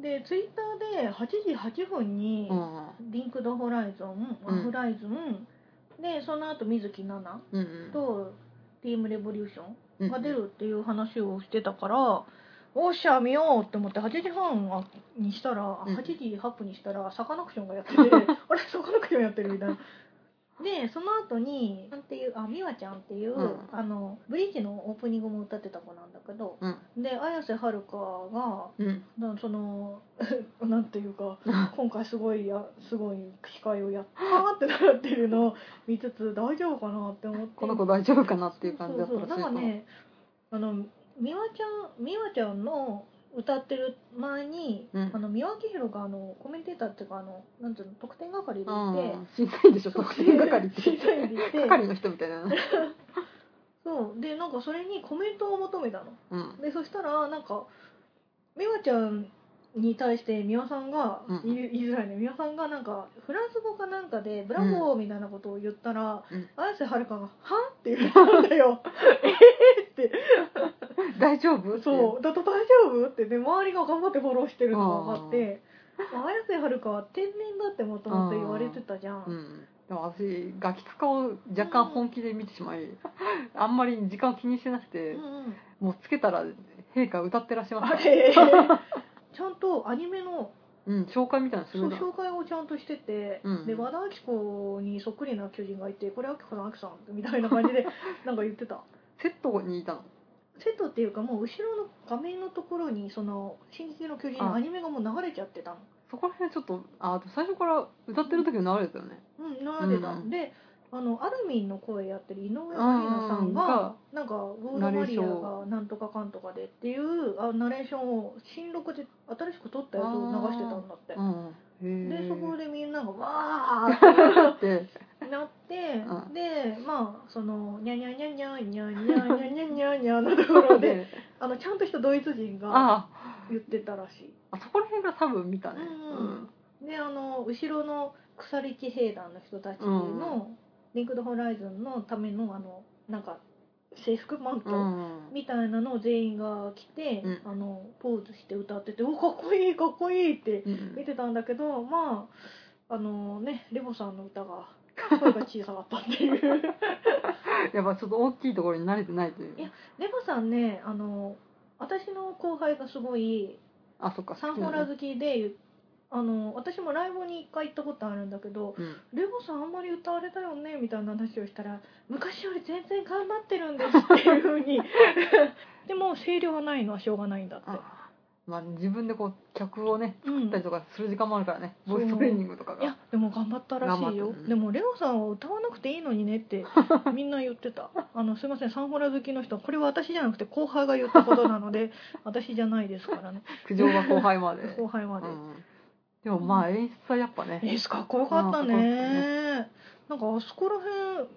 でツイッターで8時8分に
う、ん。
リンクドホライゾン」「
うん
ホライズン」でその後水木奈々
うん
と「ティームレボリューション」
うん。
が出るっていう話をしてたから、おっしゃ見ようって思って8時半にしたら、
うん
8時8分にしたらサカナクションが やっててあれサカナクションやってるみたいな。でその後になんていうあ美和ちゃんっていう、
うん
あのブリッジのオープニングも歌ってた子なんだけど
うん
で綾瀬はるかが
うん
なその なんていう か今回すごいやすごい司会をやったーってなってるのを見つつ大丈夫かなって思って
この子大丈夫かなっていう感じだったらしい
そうそうそうなんかねあの美和ちゃん美和ちゃんの歌ってる前に、
うん
あの美輪明宏があのコメンテーターっていうかあのなんていうの得点係でいて、
うん審査員でしょ
そう
特典係って
審査員でいて
係の人みたいな
そうでなんかそれにコメントを求めたの
うん
でそしたらなんか美和ちゃんに対して美輪さんが、
うん
言い言いづらいね美輪さんがなんかフランス語かなんかで「ブラボー」みたいなことを言ったら、
うん
綾瀬はるかが「は?」って言ったんだよえーって
大丈夫
そうだと大丈夫ってで周りが頑張ってフォローしてるのが分かってまあ綾瀬はるかは天然だってもともと言われてたじゃん、
うんでも私ガキ使を若干本気で見てしまい、あんまり時間を気にしてなくて、
うんうん
もうつけたら陛下歌ってらっしゃいま
あ
した
れちゃんとアニメの
うん紹介みたいなのす
そう
るな
紹介をちゃんとしてて、
うん
で和田アキ子にそっくりな巨人がいてこれアキ子さんアキさんみたいな感じ でなんか言ってた
セットにいたの
セットっていうかもう後ろの画面のところにその「進撃の巨人」の
あ
アニメがもう流れちゃってたの
そこら辺ちょっとあ最初から歌ってる時の流れだよね
うん流れてた、
うん
であのアルミンの声やってる井上桂奈さんが「なんかウォードマリアがなんとかかんとかで」っていうあナレーションを新録で新しく撮ったやつを流してたんだって
うんへ
でそこ
で
でみんなが「わー!」って
って
なって、
うん
でまあそのにゃにゃにゃにゃにゃにゃにゃにゃにゃにゃのところであのちゃんとしたドイツ人が
あ
言ってたらし
あそこら辺が多分見たね
うんいであの後ろの鎖地兵団の人たち
う
の、リンクドホライズンのためのあのなんか制服マント、
うん
みたいなのを全員が着て、
うん
あのポーズして歌ってて「おかっこいいかっこいい」って
うん
見てたんだけどまああのねレボさんの歌が声が小さかったって いう。
やっぱちょっと大きいところに慣れてないという
いやレボさんねあの私の後輩がすごい
あそっか
サンフォラ
好
好きであの私もライブに1回行ったことあるんだけど
きなんだ
「レボさんあんまり歌われたよね」みたいな話をしたら「昔より全然頑張ってるんです」っていうふ うにでも声量がないのはしょうがないんだっ
う
て
ん、あまあ自分でこう曲をね
うん、
ったりとかする時間もあるからねボイストレーニングとか
いや
が
でも頑張ったらしい
頑張
よ
ったね
でもレオさんは歌わなくていいのにねって みんな言ってたあのすいませんサンフォラ好きの人これは私じゃなくて後輩が言ったことなの で私じゃないですからね
苦情が後輩まで
後輩まで、
うんでもまあ演出はやっぱね
えーかっこよかったね
あー
なんかあそこら辺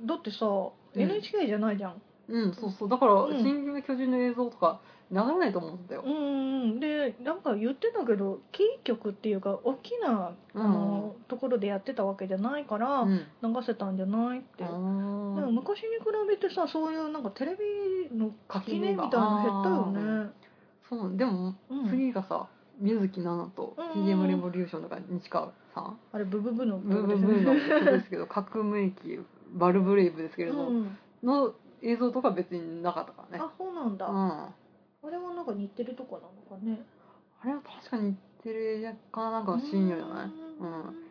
だってさ、
ん
NHK じゃないじゃん
うんそうそうだから
うん
「進撃の巨人」の映像とか流れないと思うんだよ
うんうんうんでなんか言ってたけどキー局っていうか大きなあの、ところでやってたわけじゃないから、
うん
流せたんじゃないって、
あ
でも
ー
昔に比べてさそういうなんかテレビの垣根みたいなの減っ
そうでも
たよね、うん、
次がさ水木奈々と
うん
TM レボリューションとか西川さん
あれブブブの
ブーブーブーの曲です けど革命機バルブレイブですけれど
うん、
の映像とか別になかったからね
あそうなんだ、
う
あ
ん
れはなんか似てるとこなのかね
あれは確かにテレかなんかのシーンよりじゃないうん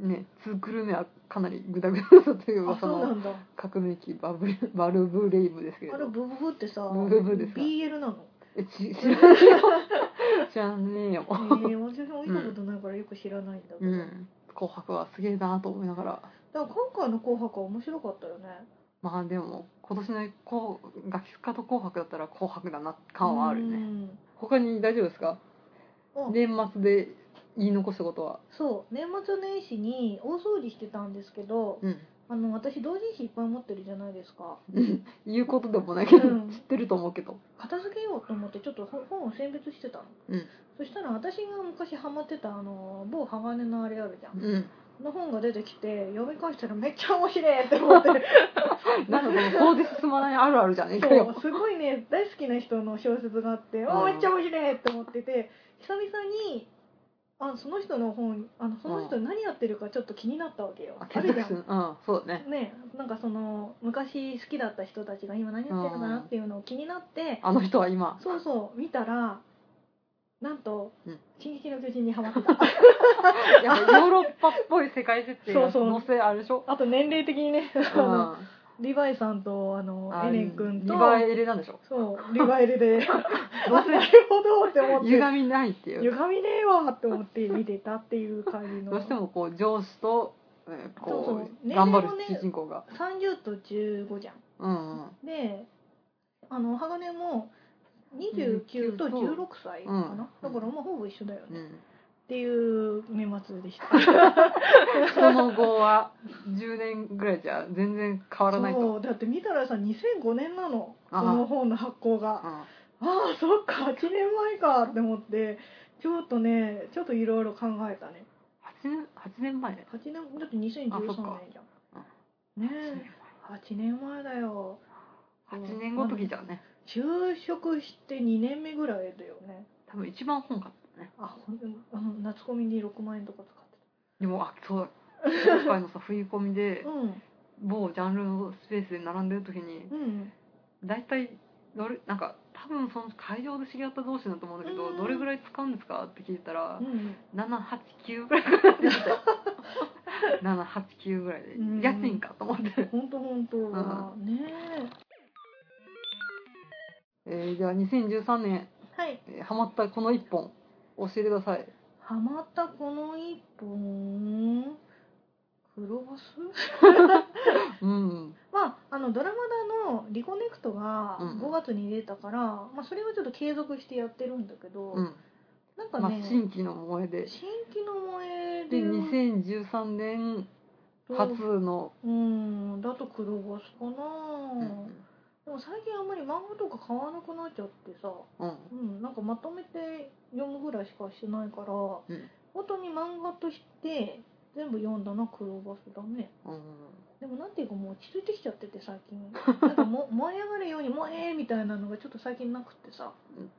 にね2クルー目はかなりグダグダだったという
あ
噂
そうな
の
んだ
革命機バブレバルブレイブですけれ
あれ
ど
ブブブってさ
ブブブですか
BL なの
え ち知らないよ知らねえよ
えー、私も見たことないからよく知らないんだけ
う
ど、
ん紅白はすげえなと思いながら
でも今回の「紅白」は面白かったよね
まあでも今年のこうガキスカと紅白だったら紅白だな感はあるよ
う
ね
ん
他に大丈夫ですか
あ
年末で言い残したことは
そう年末年始に大掃除してたんですけど
うん
あの私同人誌いっぱい持ってるじゃないですか
うん 言うことでもないけど、
うん
知ってると思うけど
片付けようと思ってちょっと本本を選別してたの、
うん
そしたら私が昔ハマってたあの某鋼のあれあるじゃん、
うん
の本が出てきて読み返したらめっちゃ面白いって 思って
なんかこの掃除進まないあるあるじゃねえ
そ
かよ
うすごいね大好きな人の小説があって、あ
うん
めっちゃ面白いって思ってて久々にあその人の本あのその人何やってるかちょっと気になったわけよ、
あ
あ
検
るじ
索す
ゃ
る
ん
うんそうだね
ねなんかその昔好きだった人たちが今何やってるのかなっていうのを気になって、
あの人は今
そうそう見たらなんと
うん
「進撃の巨人」にハマってた
やっぱヨーロッパっぽい世界設定
そう
が
そう
可能性あるでしょ
あと年齢的にねあ
ん
のリヴァイさんとあのエレン君と
リバエレなんでしょ
そうリヴァイエ レで
どう
な
せ
るほどって思って
歪みないっていう
歪みねえわって思って見てたっていう感じの
どうしてもこう上司と、えーこう
そうそう
頑張る
年齢もね
主人公が、
30と15じゃん
うんうん、
であの鋼も29と16歳かな、
うん
だからもうほぼ一緒だよね、
う
っ
ん、
ていう年末でした
その後は10年ぐらいじゃ全然変わらないと、
そうだって見たらさ2005年なのそ
あ
の本の発行があ
うん
あそっか8年前かって思ってちょっとねちょっといろいろ考えたね
8年八年前
8年だって2013年
あそっか
じゃん
ね
ねえ8年前だよ
8年ごときじゃね
就職して2年目ぐらいだよね
多分一番本買ったね
あほんあの夏コミに6万円とか使って
でもあ そうだ今回のさ振り込みで
たうん
某ジャンルのスペースで並んでる時に
うん
大体どれなんか多分その会場で知り合った同士だと思うんだけど、
うん
どれぐらい使うんですかって聞いたら、
うん
789ぐらいかな って言ってたよ789ぐらいで
うん
安いんかと思って、
ほんとほんと
う
ね
えー、では2013年、
えはい
えーハマったこの1本教えてください
ハマったこの一本クロ ス
うん
まああのドラマだの「リコネクト」が
うん
5月に出たから、まあ、それはちょっと継続してやってるんだけど、
うん、
なんか
まあ
ね、
新規の萌えで
新規の萌え
で
で
2013年
と
初の、
うんだとクロバスかな、
うん
でも最近あんまり漫画とか買わなくなっちゃってさ
うん
うん、なんかまとめて読むぐらいしかしてないから、
ん
本当に漫画として全部読んだのはクローバスだね
うん
でもなんていうかもう落ち着いてきちゃってて最近なん かも燃え上がるように「もえ!」みたいなのがちょっと最近なくってさ、
うん
うん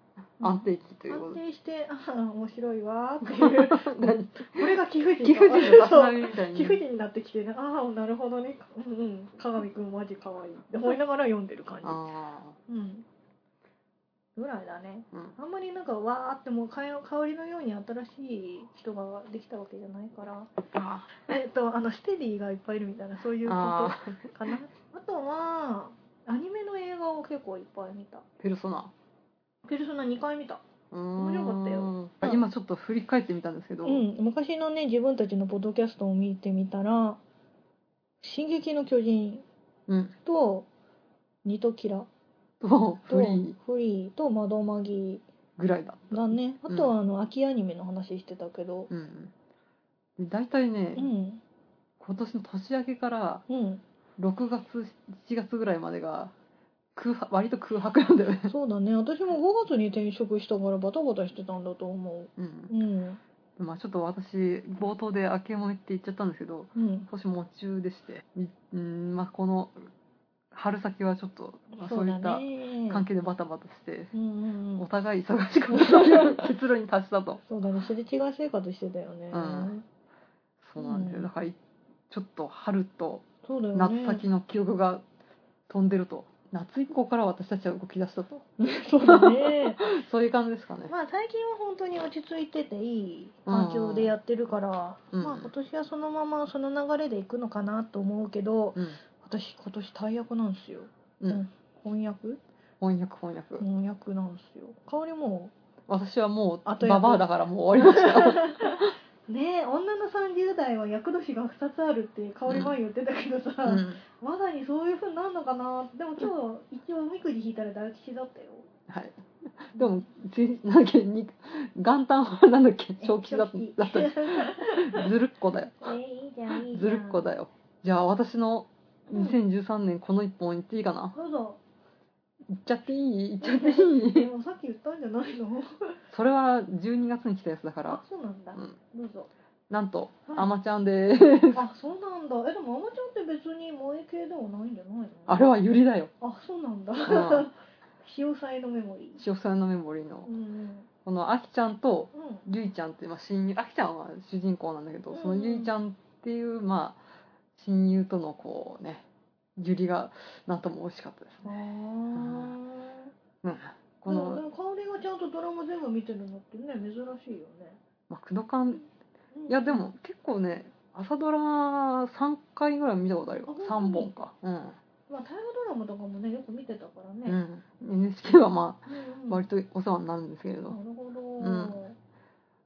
安定期というこ
安
とで
定して「ああ面白いわ」っていう
何
これが貴婦人だ
貴婦人の
そう
雑並みみたいに
貴婦人になってきてねああなるほどねうんうん鏡くんマジ可愛いって思いながら読んでる感じ
あ
うんぐらいだね
あ、うん、
あんまりなんかわーってもうかよ香りのように新しい人ができたわけじゃないから
あ
えっとあのステディがいっぱいいるみたいなそうい
ー
うこと
あ
かなあとはアニメの映画を結構いっぱい見た
ーペルソナ
「ペルソナ」2回見た
面
白かったよ
今ちょっと振り返ってみたんですけど、
うん昔のね自分たちのポッドキャストを見てみたら「進撃の巨人
うん」
と「ニトキラ
と」
と
フリー
「フリー」と「窓マギ
ぐらいだっ」た
だねあ
うん
とはあの秋アニメの話してたけど
うんで大体ね、
うん
今年の年明けから
うん
6月7月ぐらいまでが空白割と空白なんだよね、
そうだね私も5月に転職したからバタバタしてたんだと思
う
うんうん
まあ、ちょっと私冒頭で明けもめって言っちゃったんですけど
うん
今年も中でしてみうんまあこの春先はちょっと、まあ、
そ
そううい
だ
った
ね
関係でバタバタして、
うんうんう
お
ん
互い忙しくなる 結論に達したと
そうだねすれ違い生活してたよね
うんそうなんですよ、
うん
だからいちょっと春と
そうだよね
夏先の記憶が飛んでると夏以降から私たちは動き出したと
そうだね
そういう感じですかね
まあ最近は本当に落ち着いてていい環境でやってるから
うん
まあ今年はそのままその流れでいくのかなと思うけど
うん、
私今年大役なんですよ
うん
うん翻訳
翻訳翻訳、
翻訳なんですよ香りも
私はもう
後
バ
役
バアだからもう終わりました
ねえ女の30代は厄年が2つあるって香り前言ってたけどさ、
うん
まさにそういうふうになるのかなでも今日一応おみくじ引いたら大吉だったよ
はいでもちなんだっけに元旦はなんだっけ正吉だ
正気
だったりずるっこだよ
えーいいじゃんいいじゃん
ずるっこだよじゃあ私の2013年この一本言っていいかな
どうぞ
言っちゃっていい言っちゃってい
で
い
もさっき言ったんじゃな いの
それは12月に来たやつだから
あそうなんだ、
うん
どうぞ
なんと
はい
アマちゃん でーす
あそうなんだえでもあまちゃんって別に萌え系ではないんじゃないの
あれはユリだ よ
あそうなんだ
ん
潮騒のメモリ
潮さんのメモリーの
ーうんうん
このアキちゃんと
うん
ゆいちゃんって、まあ、親友あきちゃんは主人公なんだけどそのゆいちゃんっていう、まあ、親友とのこうねゆりがなんとも美味しかったですね、
あ
う
ー
ん、こ
で
の
も香りがちゃんんとドラマ全部見てるのってね珍しいよね、
まあ、クドカン
うん
いやでも結構ね朝ドラ3回ぐらい見たことある
あ
よ
本当に
3本かうん、
まあ大河ドラマとかもねよく見てたから
う
ね、
ん、NHK はまあ
うんうん
割とお世話になるんですけれど、
なるほど、
ん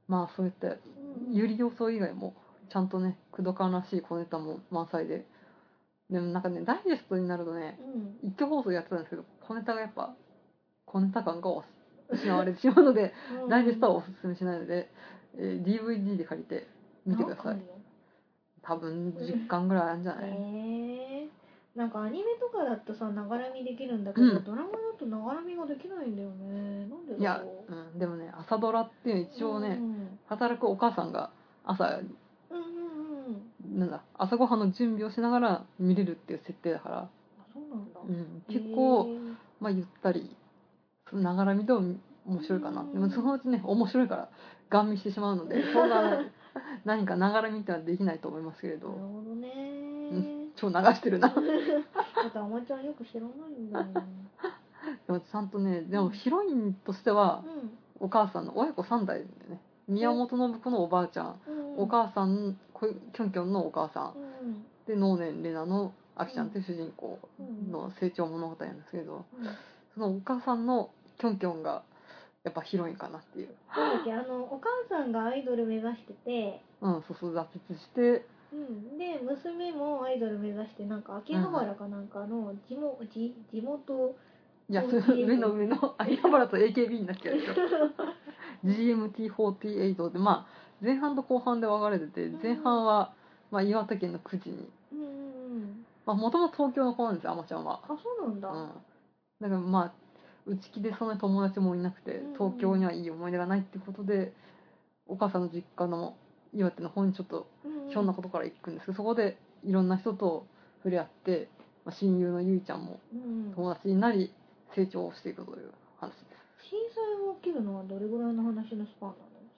まあそうやって
うん
ゆり予想以外もちゃんとねクドカンらしい小ネタも満載ででもなんかねダイジェストになるとね
うん
一挙放送やってたんですけど小ネタがやっぱ小ネタ感が失われてしまうので
うん
ダイジェストはおすすめしないので、えー DVD で借りて見てくださ
なん
い
か
多分10巻ぐらいあるんじゃ
あ
な
る
い、
よへえなんかアニメとかだとさながら見できるんだけど、
うん
ドラマだとながら見ができないんだよねなんでだろう
いや、うん、でもね朝ドラっていうのは一応ね、働くお母さんが朝
うん、うんうんうん
なんだ朝ごはんの準備をしながら見れるっていう設定だから、
あそうなんだ、
うん、結構、
へえ
まあ、ゆったりながら見ても面白いかな、
うん
でもそのうちね面白いからガン見してしまうのでそん な何かながら見てはできないと思いますけれ
なる
ど
ほどね、
超流してるな
またおまちゃんよく知らないんだよ、
でもちゃんとねでもヒロインとしては
う
お母さんの親子3代だよね宮本信子のおばあちゃん
んうん、
お母さんこキョンキョンのお母さん
うん
で能年玲奈のあきちゃんっていう主人公の成長物語なんですけど
うん、なん
そのお母さんのキョンキョンがやっぱヒロインかなっていう
だっけあのお母さんがアイドル目指してて、
うんそうそう挫折して
うん、で娘もアイドル目指してなんか秋葉原かなんかの地元、地地元
いや
うん
それ 上の上 の秋葉原と AKB になっちゃうでしょ GMT48 でまあ前半と後半で分かれてて前半は、まあ、岩手県の久慈に
うんうんうん
まあもともと東京の子なんですよあまちゃんは
あそうなんだ、
うんだからまあ内気でそんなに友達もいなくて
うん
東京にはいい思い出がないってことでお母さんの実家の岩手の方にちょっと
うんうん
ひょんなことから行くんですけどそこでいろんな人と触れ合って、まあ、親友のゆいちゃんも
うん、震災
友達になり成長していくという話
が起きるのはどれぐらいの話のスパン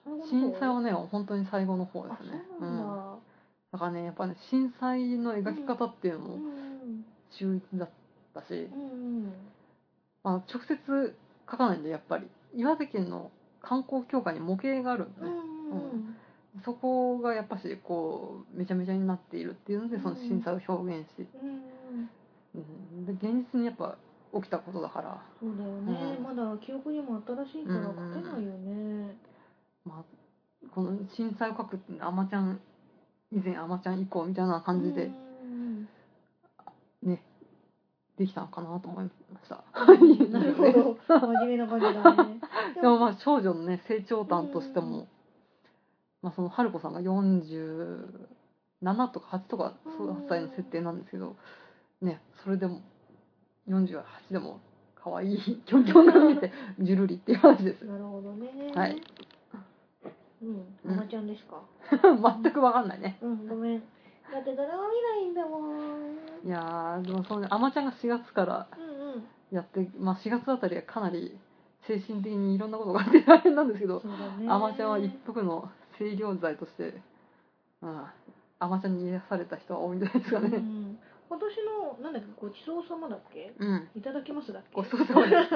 なの
震災は
ね
ね本当に最後の方ですね
あそうなん
うん
だ、
だからねやっぱね震災の描き方っていうの
う
も
ん
秀逸だったし、
うんうん
まあ、直接書かないんでやっぱり岩手県の観光協会に模型があるんで
う
ね、
んうんうん
そこがやっぱしこうめちゃめちゃになっているっていうのでその震災を表現して、
うん
うん、で現実にやっぱ起きたことだから、
そうだよね、
うん
まだ記憶にも新しいから書けないよね、
まあ、この震災を書くってあまちゃん以前あまちゃん以降みたいな感じ
う
で
ん
ね、できたのかなと思いました。
なるほど真面目な感じだね
でもまあ少女のね成長感としても、
う
まあその春子さんが47とか8とか
うん
そう8歳の設定なんですけどねそれでも48でも可愛い キョンキョンが見えてジュルリっていう話です
なるほどね
はい
うん
うん
ママちゃんですか
全く分かんないね
うんごめんだってドラマ見ないんだもんうん
いやーでもそのねあまちゃんが4月から
うん
やって、まあ、4月あたりはかなり精神的にいろんなことがあって大変なんですけど
そうだね
アマちゃんは一服の清涼剤として、うん、アマちゃんに癒された人は多いんじゃないですか
う
ね。
ん今年のなんだっけごちそうさまだっけ
うん。
いただきますだっけ
ごちそうさまです。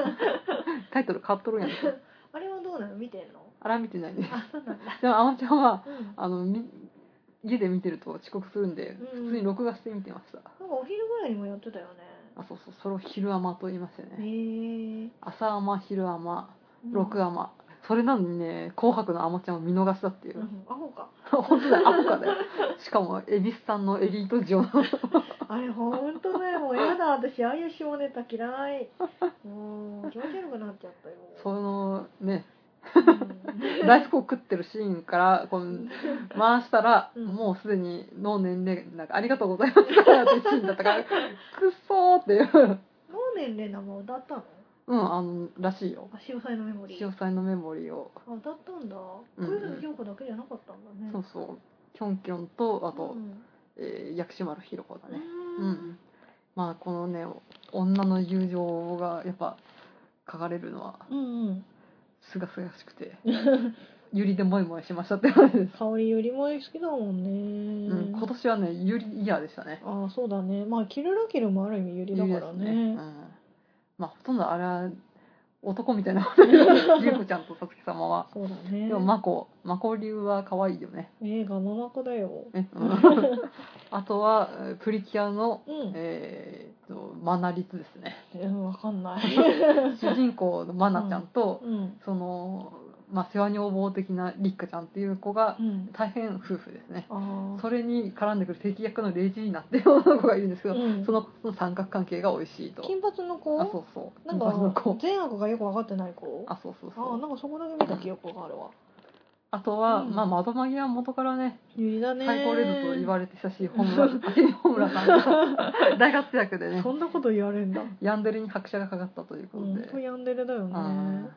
タイトル変わっとるやん。
あれはどうなの見てんの
あら見てないね。
あそうなんだ
でもアマちゃんは、
うんなんか
あの、み家で見てると遅刻するんで、
うん
普通に録画して見てました。
お昼ぐらいにもやってたよね
あ、そうそう、それを昼アマと言いましたよ
へ
ね。
え
朝アマ、昼アマ、録
話
アマ。それなのにね、紅白のアマちゃんを見逃したっていうう。
んアホか
本当だよ、アホかだよ。しかも、恵比寿さんのエリート嬢の
あれほんとねもうやだ私ああいう下ネタ嫌いもう気持ち悪くなっちゃったよ
そのね、
うん
ライスコーク食ってるシーンからこ の回したら、
うん
もうすでに脳年齢なんかありがとうございますからってシーンだったからくっそーっていう
もう年齢なも歌ったの
うんあのらしいよ
あ潮騒のメモリー
潮騒のメモリーを、
あ歌ったんだ
うん
小泉今日子だけじゃなかったんだね
そうそうキョンキョンとあと、
うん
えー薬師丸ひろ子だねう、
うんん
まあこのね女の友情がやっぱ書かれるのは
うんうん
すがすがしくてゆりでモイモイしましたって話です、
香りよりも好きだもん
う
ね
ん、今年はねゆりイヤーでしたね
ああそうだねまあキルラキルもある意味ユリだから
いいで
ね
すうん、まあほとんどあれは男みたいなこと言うリュウコちゃんとさつき様は。
そうだね
でも、マコ、マコ流は可愛いよ ね。
えー、ガママコだよ
ねあとは、えープリキュアの、
うん
えーっと、マナリツです ね。
えー、わかんない
主人公のマナちゃんと、
うん
その、まあ、世話女房的なリッカちゃんっていう子が
う、ん
大変夫婦ですね。
あー
それに絡んでくる敵役のレジーナっていう女の子がいるんですけど、
うん
その子との三角関係が美味しいと。
金髪の子
あ、そうそう。
なん
金髪の
か
子。
善悪がよく分かってない子
あ、そうそう
あ
そ
ー
う。
なんかそこだけ見た記憶があるわ
あとは、
うん
まあ、窓マギは元からね、
ユリだね
最高レズと言われてたし、ホー ムラン、テレビホームランさんが大活躍でね、
そんなこと言われるんだ、
ヤンデルに拍車がかかったというこ
う
とで。
ん、とヤンデレだよね
あー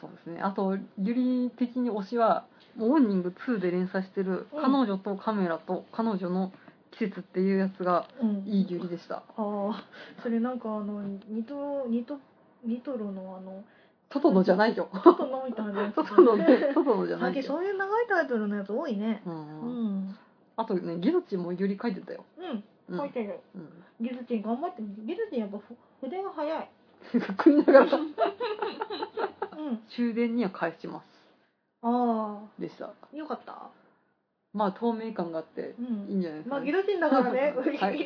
そうですね。あと、ユリ的に推しは、モーニング2で連載してる、
うん
彼女とカメラと彼女の季節っていうやつが、
うん
いいユリでした。
ああそれなんかあのニトニトニトロのあ の
トトロじゃないよ。
ちょっと飲みたいなやつ
トトロ ね、トトロじゃな
最
い
近
よ。
そういう長いタイトルのやつ多いね
う。
うんん
あとね、ギルチもユリ書いてたよ。
う
う
ん
ん
書いてる
うん
ギズチン頑張ってギズチンやっぱふ筆が早い
食いながら
うん
終電には返します
あ
でした
あよかった
まあ透明感があって
う
いいん
ん
じゃないです
ま
か、
あギ
ね
ロチンだからね
はい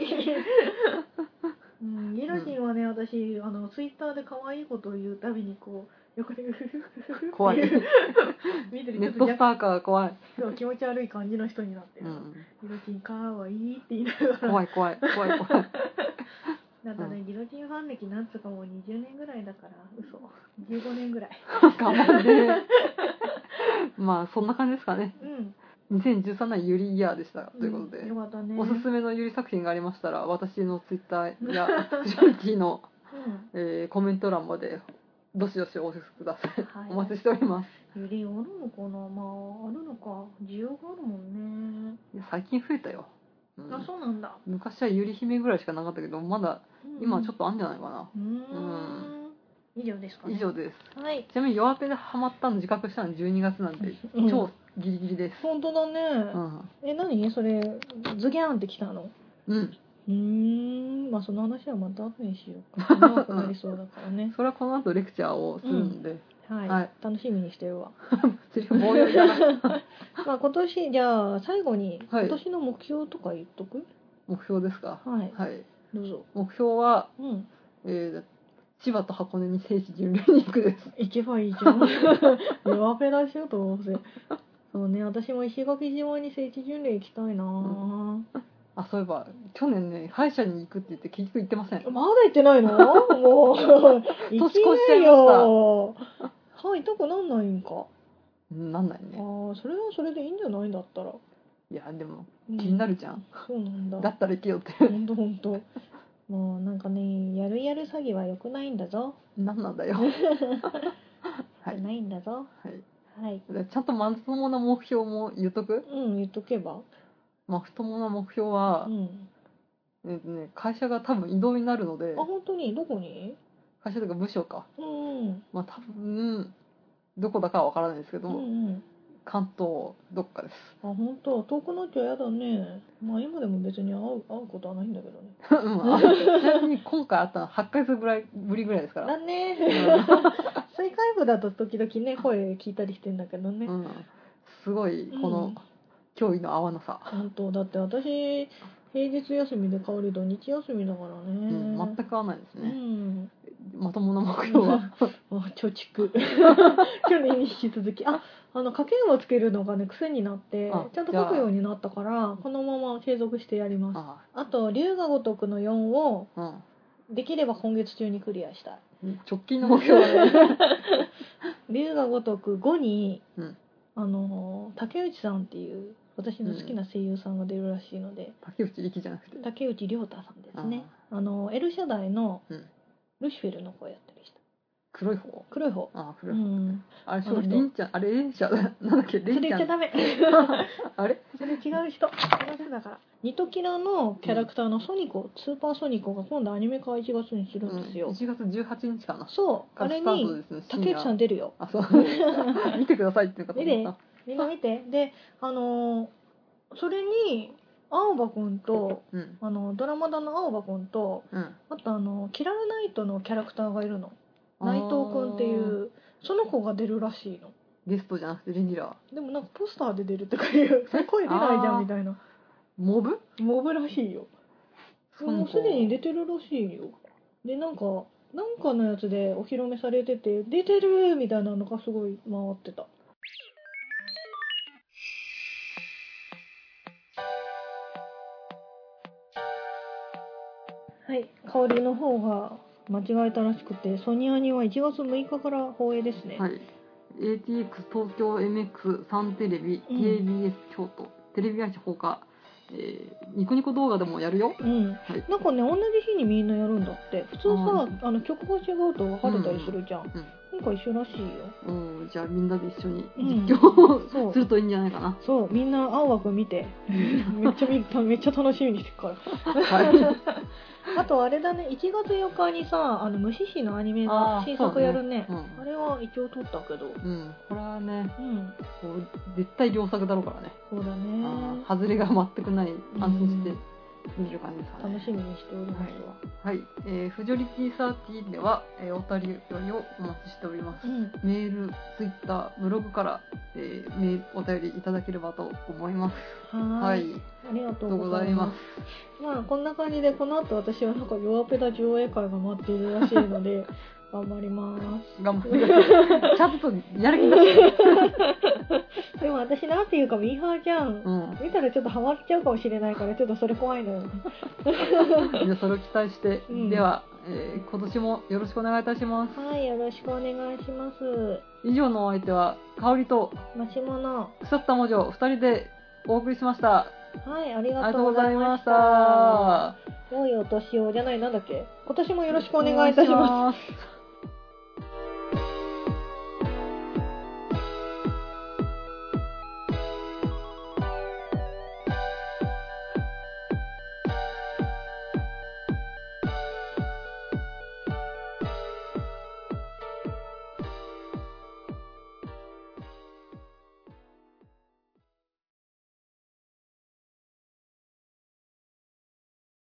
うんギロチンはね私あのツイッターで可愛いことを言うたびにこう横でフフフフ
怖い
見てる
ネットスパーカーが怖い、
そう気持ち悪い感じの人になって
う
る、
ん、
ギロチンかわいいって言いながら
怖い怖い 怖い怖い
なんかね、ギロチンファン歴なんつうかもう20年ぐらいだから嘘15年ぐらい
頑張って まあそんな感じですかね
うん
2013年ゆりイヤーでしたということで、
んよかったね
おすすめのゆり作品がありましたら私のツイッターやスペシャリティの、
うん
えーコメント欄までどしどしお寄せください、
はい
お待ちしております
ゆりおるのかなまああるのか需要があるもんね、
いや最近増えたよ、うん
あそうなんだ、
昔はゆり姫ぐらいしかなかったけどまだ今はちょっとあんじゃないかな、
とうんん以上ですかね
以上です
はい
ちなみに弱手でハマったの自覚したの12月なんで、
うん
超ギリギリです
本当だ
う
ね、
ん
え何それズギャンってきたの
うん
うーんまあその話はまた後にしようか長くなりそうだからね
それはこの後レクチャーをするんで、
はい、
はい
楽しみにしてるわ
セリフ棒読みだな
まあ今年じゃあ最後に
はい
今年の目標とか言っとく
目標ですか
はい、
はい
どうぞ
目標は、
うん
えー千葉と箱根に聖地巡礼に行くです
行けばいい じゃん弱ペラしようと思うぜそうね私も石垣島に聖地巡礼行きたいな、
あそういえば去年ね歯医者に行くって言って結局行ってません
まだ行ってないのもう 行き
年越しちゃ
ないい
ました
よ歯痛くなんないんか
うんなんない
ああ
ね
ーそれはそれでいいんじゃないんだったら、
いやでも
うん
気になるじゃん、
そうなんだ
だったら行けよって
ほんとほんともうなんかねやるやる詐欺は良くないんだぞ、
なんなんだ よはい
良くないんだぞ
はい
はい
でちゃんとまともな目標も言っとく
うん言っとけば
まともな目標は
う、ん
えっとね、会社が多分異動になるので
あ本当にどこに
会社というか部署か
うんうん
まあ多分どこだかは分からないですけ
う
ど、
んうん
関東どっかです
あ本当遠くなっちゃやだねまあ今でも別に会う会うことはないんだけどね
うんあちなみに今回あったの8ヶ月ぐらいぶりぐらいですから、
だね
う
水海部だと時々ね声聞いたりしてんだけどね、
ん、すごいこ
う
の
ん
脅威の合わなさ、
本当だって私平日休みで香り土日休みだから
う
ね、
ん全
く
く合わないです
う
ね、
ん、
まともな目標は
あ貯蓄 去年に引き続きああの家計をつけるのがね癖になって
あ
ちゃんと
じゃ
書
あ
くようになったからこのまま継続してやりま す
あ
あと龍が如くの4を
あ、
できれば今月中にクリアしたい
うん、直近の目標はね
龍が如く5に、
うん
あのー竹内さんっていう私の好きな声優さんが出るらしいので、
竹内力じゃなくて
竹内涼太さんですねあのー L 社代の
うん
ルシフェルの声やってる人
黒い方
黒い方
ああ
う
黒い方、
ん
あれ、し
あ
ょ、
の人
りんちゃん、あれ、えんちゃん、 なんだっけ、
そ
り
れ
んち
言
ゃん
っちゃ。ダメ
あれ、
それ違う人違う人だからニトキラのキャラクターのソニコ、スーパーソニコが今度アニメ化1月にす
う
るんですよ、
1月18日かな。
そうあ
から
れ
スタート
に
ですね。深
竹
夜
内さん出るよ
あ、そう。見てくださいっていう 方も
見てみんな見てであのーそれに青葉くんと
うん。
あのドラマだの青葉くんと
うん。
あとあのキラルナイトのキャラクターがいるの
あー
内藤くんっていうその子が出るらしいの
ゲストじゃなくてレギュラー
でもなんかポスターで出るとか いうそれ声出ないじゃ
あー
んみたいな
モブ
モブらしいよもうすでに出てるらしいよでなんかなんかのやつでお披露目されてて出てるみたいなのがすごい回ってたはい香りの方が間違えたらしくてソニアには1月6日から放映ですね、
はい。ATX 東京 MX サンテレビ
うん
TBS 京都、テレビ会社ほか、えーニコニコ動画でもやるよ。
うん
はい。
なんかね同じ日にみんなやるんだって普通さあの曲が違うと分かれたりするじゃん、
うん
なんか一緒らしいよ
うん、じゃあみんなで一緒に
うん
実況を、
そう
するといいんじゃないかな。
そうみんな青葉くん 見てめっちゃ見ためっちゃ楽しみにしてるか
はい。
らあとあれだね1月4日にさあの無視視のアニメが
あー
新作やるね
そうだねうん
あれは一応撮ったけど
うん、これはね、
うん
こう絶対良作だろうからね。
そうだ
う
ね
ん、外れが全くない、安心して
うん
見る感じですかね。
楽しみにしておりますわ、
はい。えー、フジョリティサーティでは、えーお便りをお待ちしております。
うん
メール、ツイッター、ブログから、えーメールお便りいただければと思います。
はー
はいい。
ありがと
とう
う
ご
ご
ざ
ざ
い
い
ま。
ますすまあこんな感じでこの後私はなんか弱ペダ上映会が待っているらしいの で頑張ります
頑張ってください。ちゃんとやる気出して。
でも私なんていうかミーハーじゃん、
うん。
見たらちょっとハマっちゃうかもしれないからちょっとそれ怖いのよ
じゃあそれを期待して、
うん
では、えー今年もよろしくお願いいたします。
はいよろしくお願いします
以上のお相手は、香りと
マシモノ
腐った文字を二人でお送りしました。
はいあ
あり
り
がと
がと
う
う
ご
ご
ざ
ざ
い
い
ま
ま
し。。
したた良いお年をじゃないなんだっけ今年もよろしくお願いいたします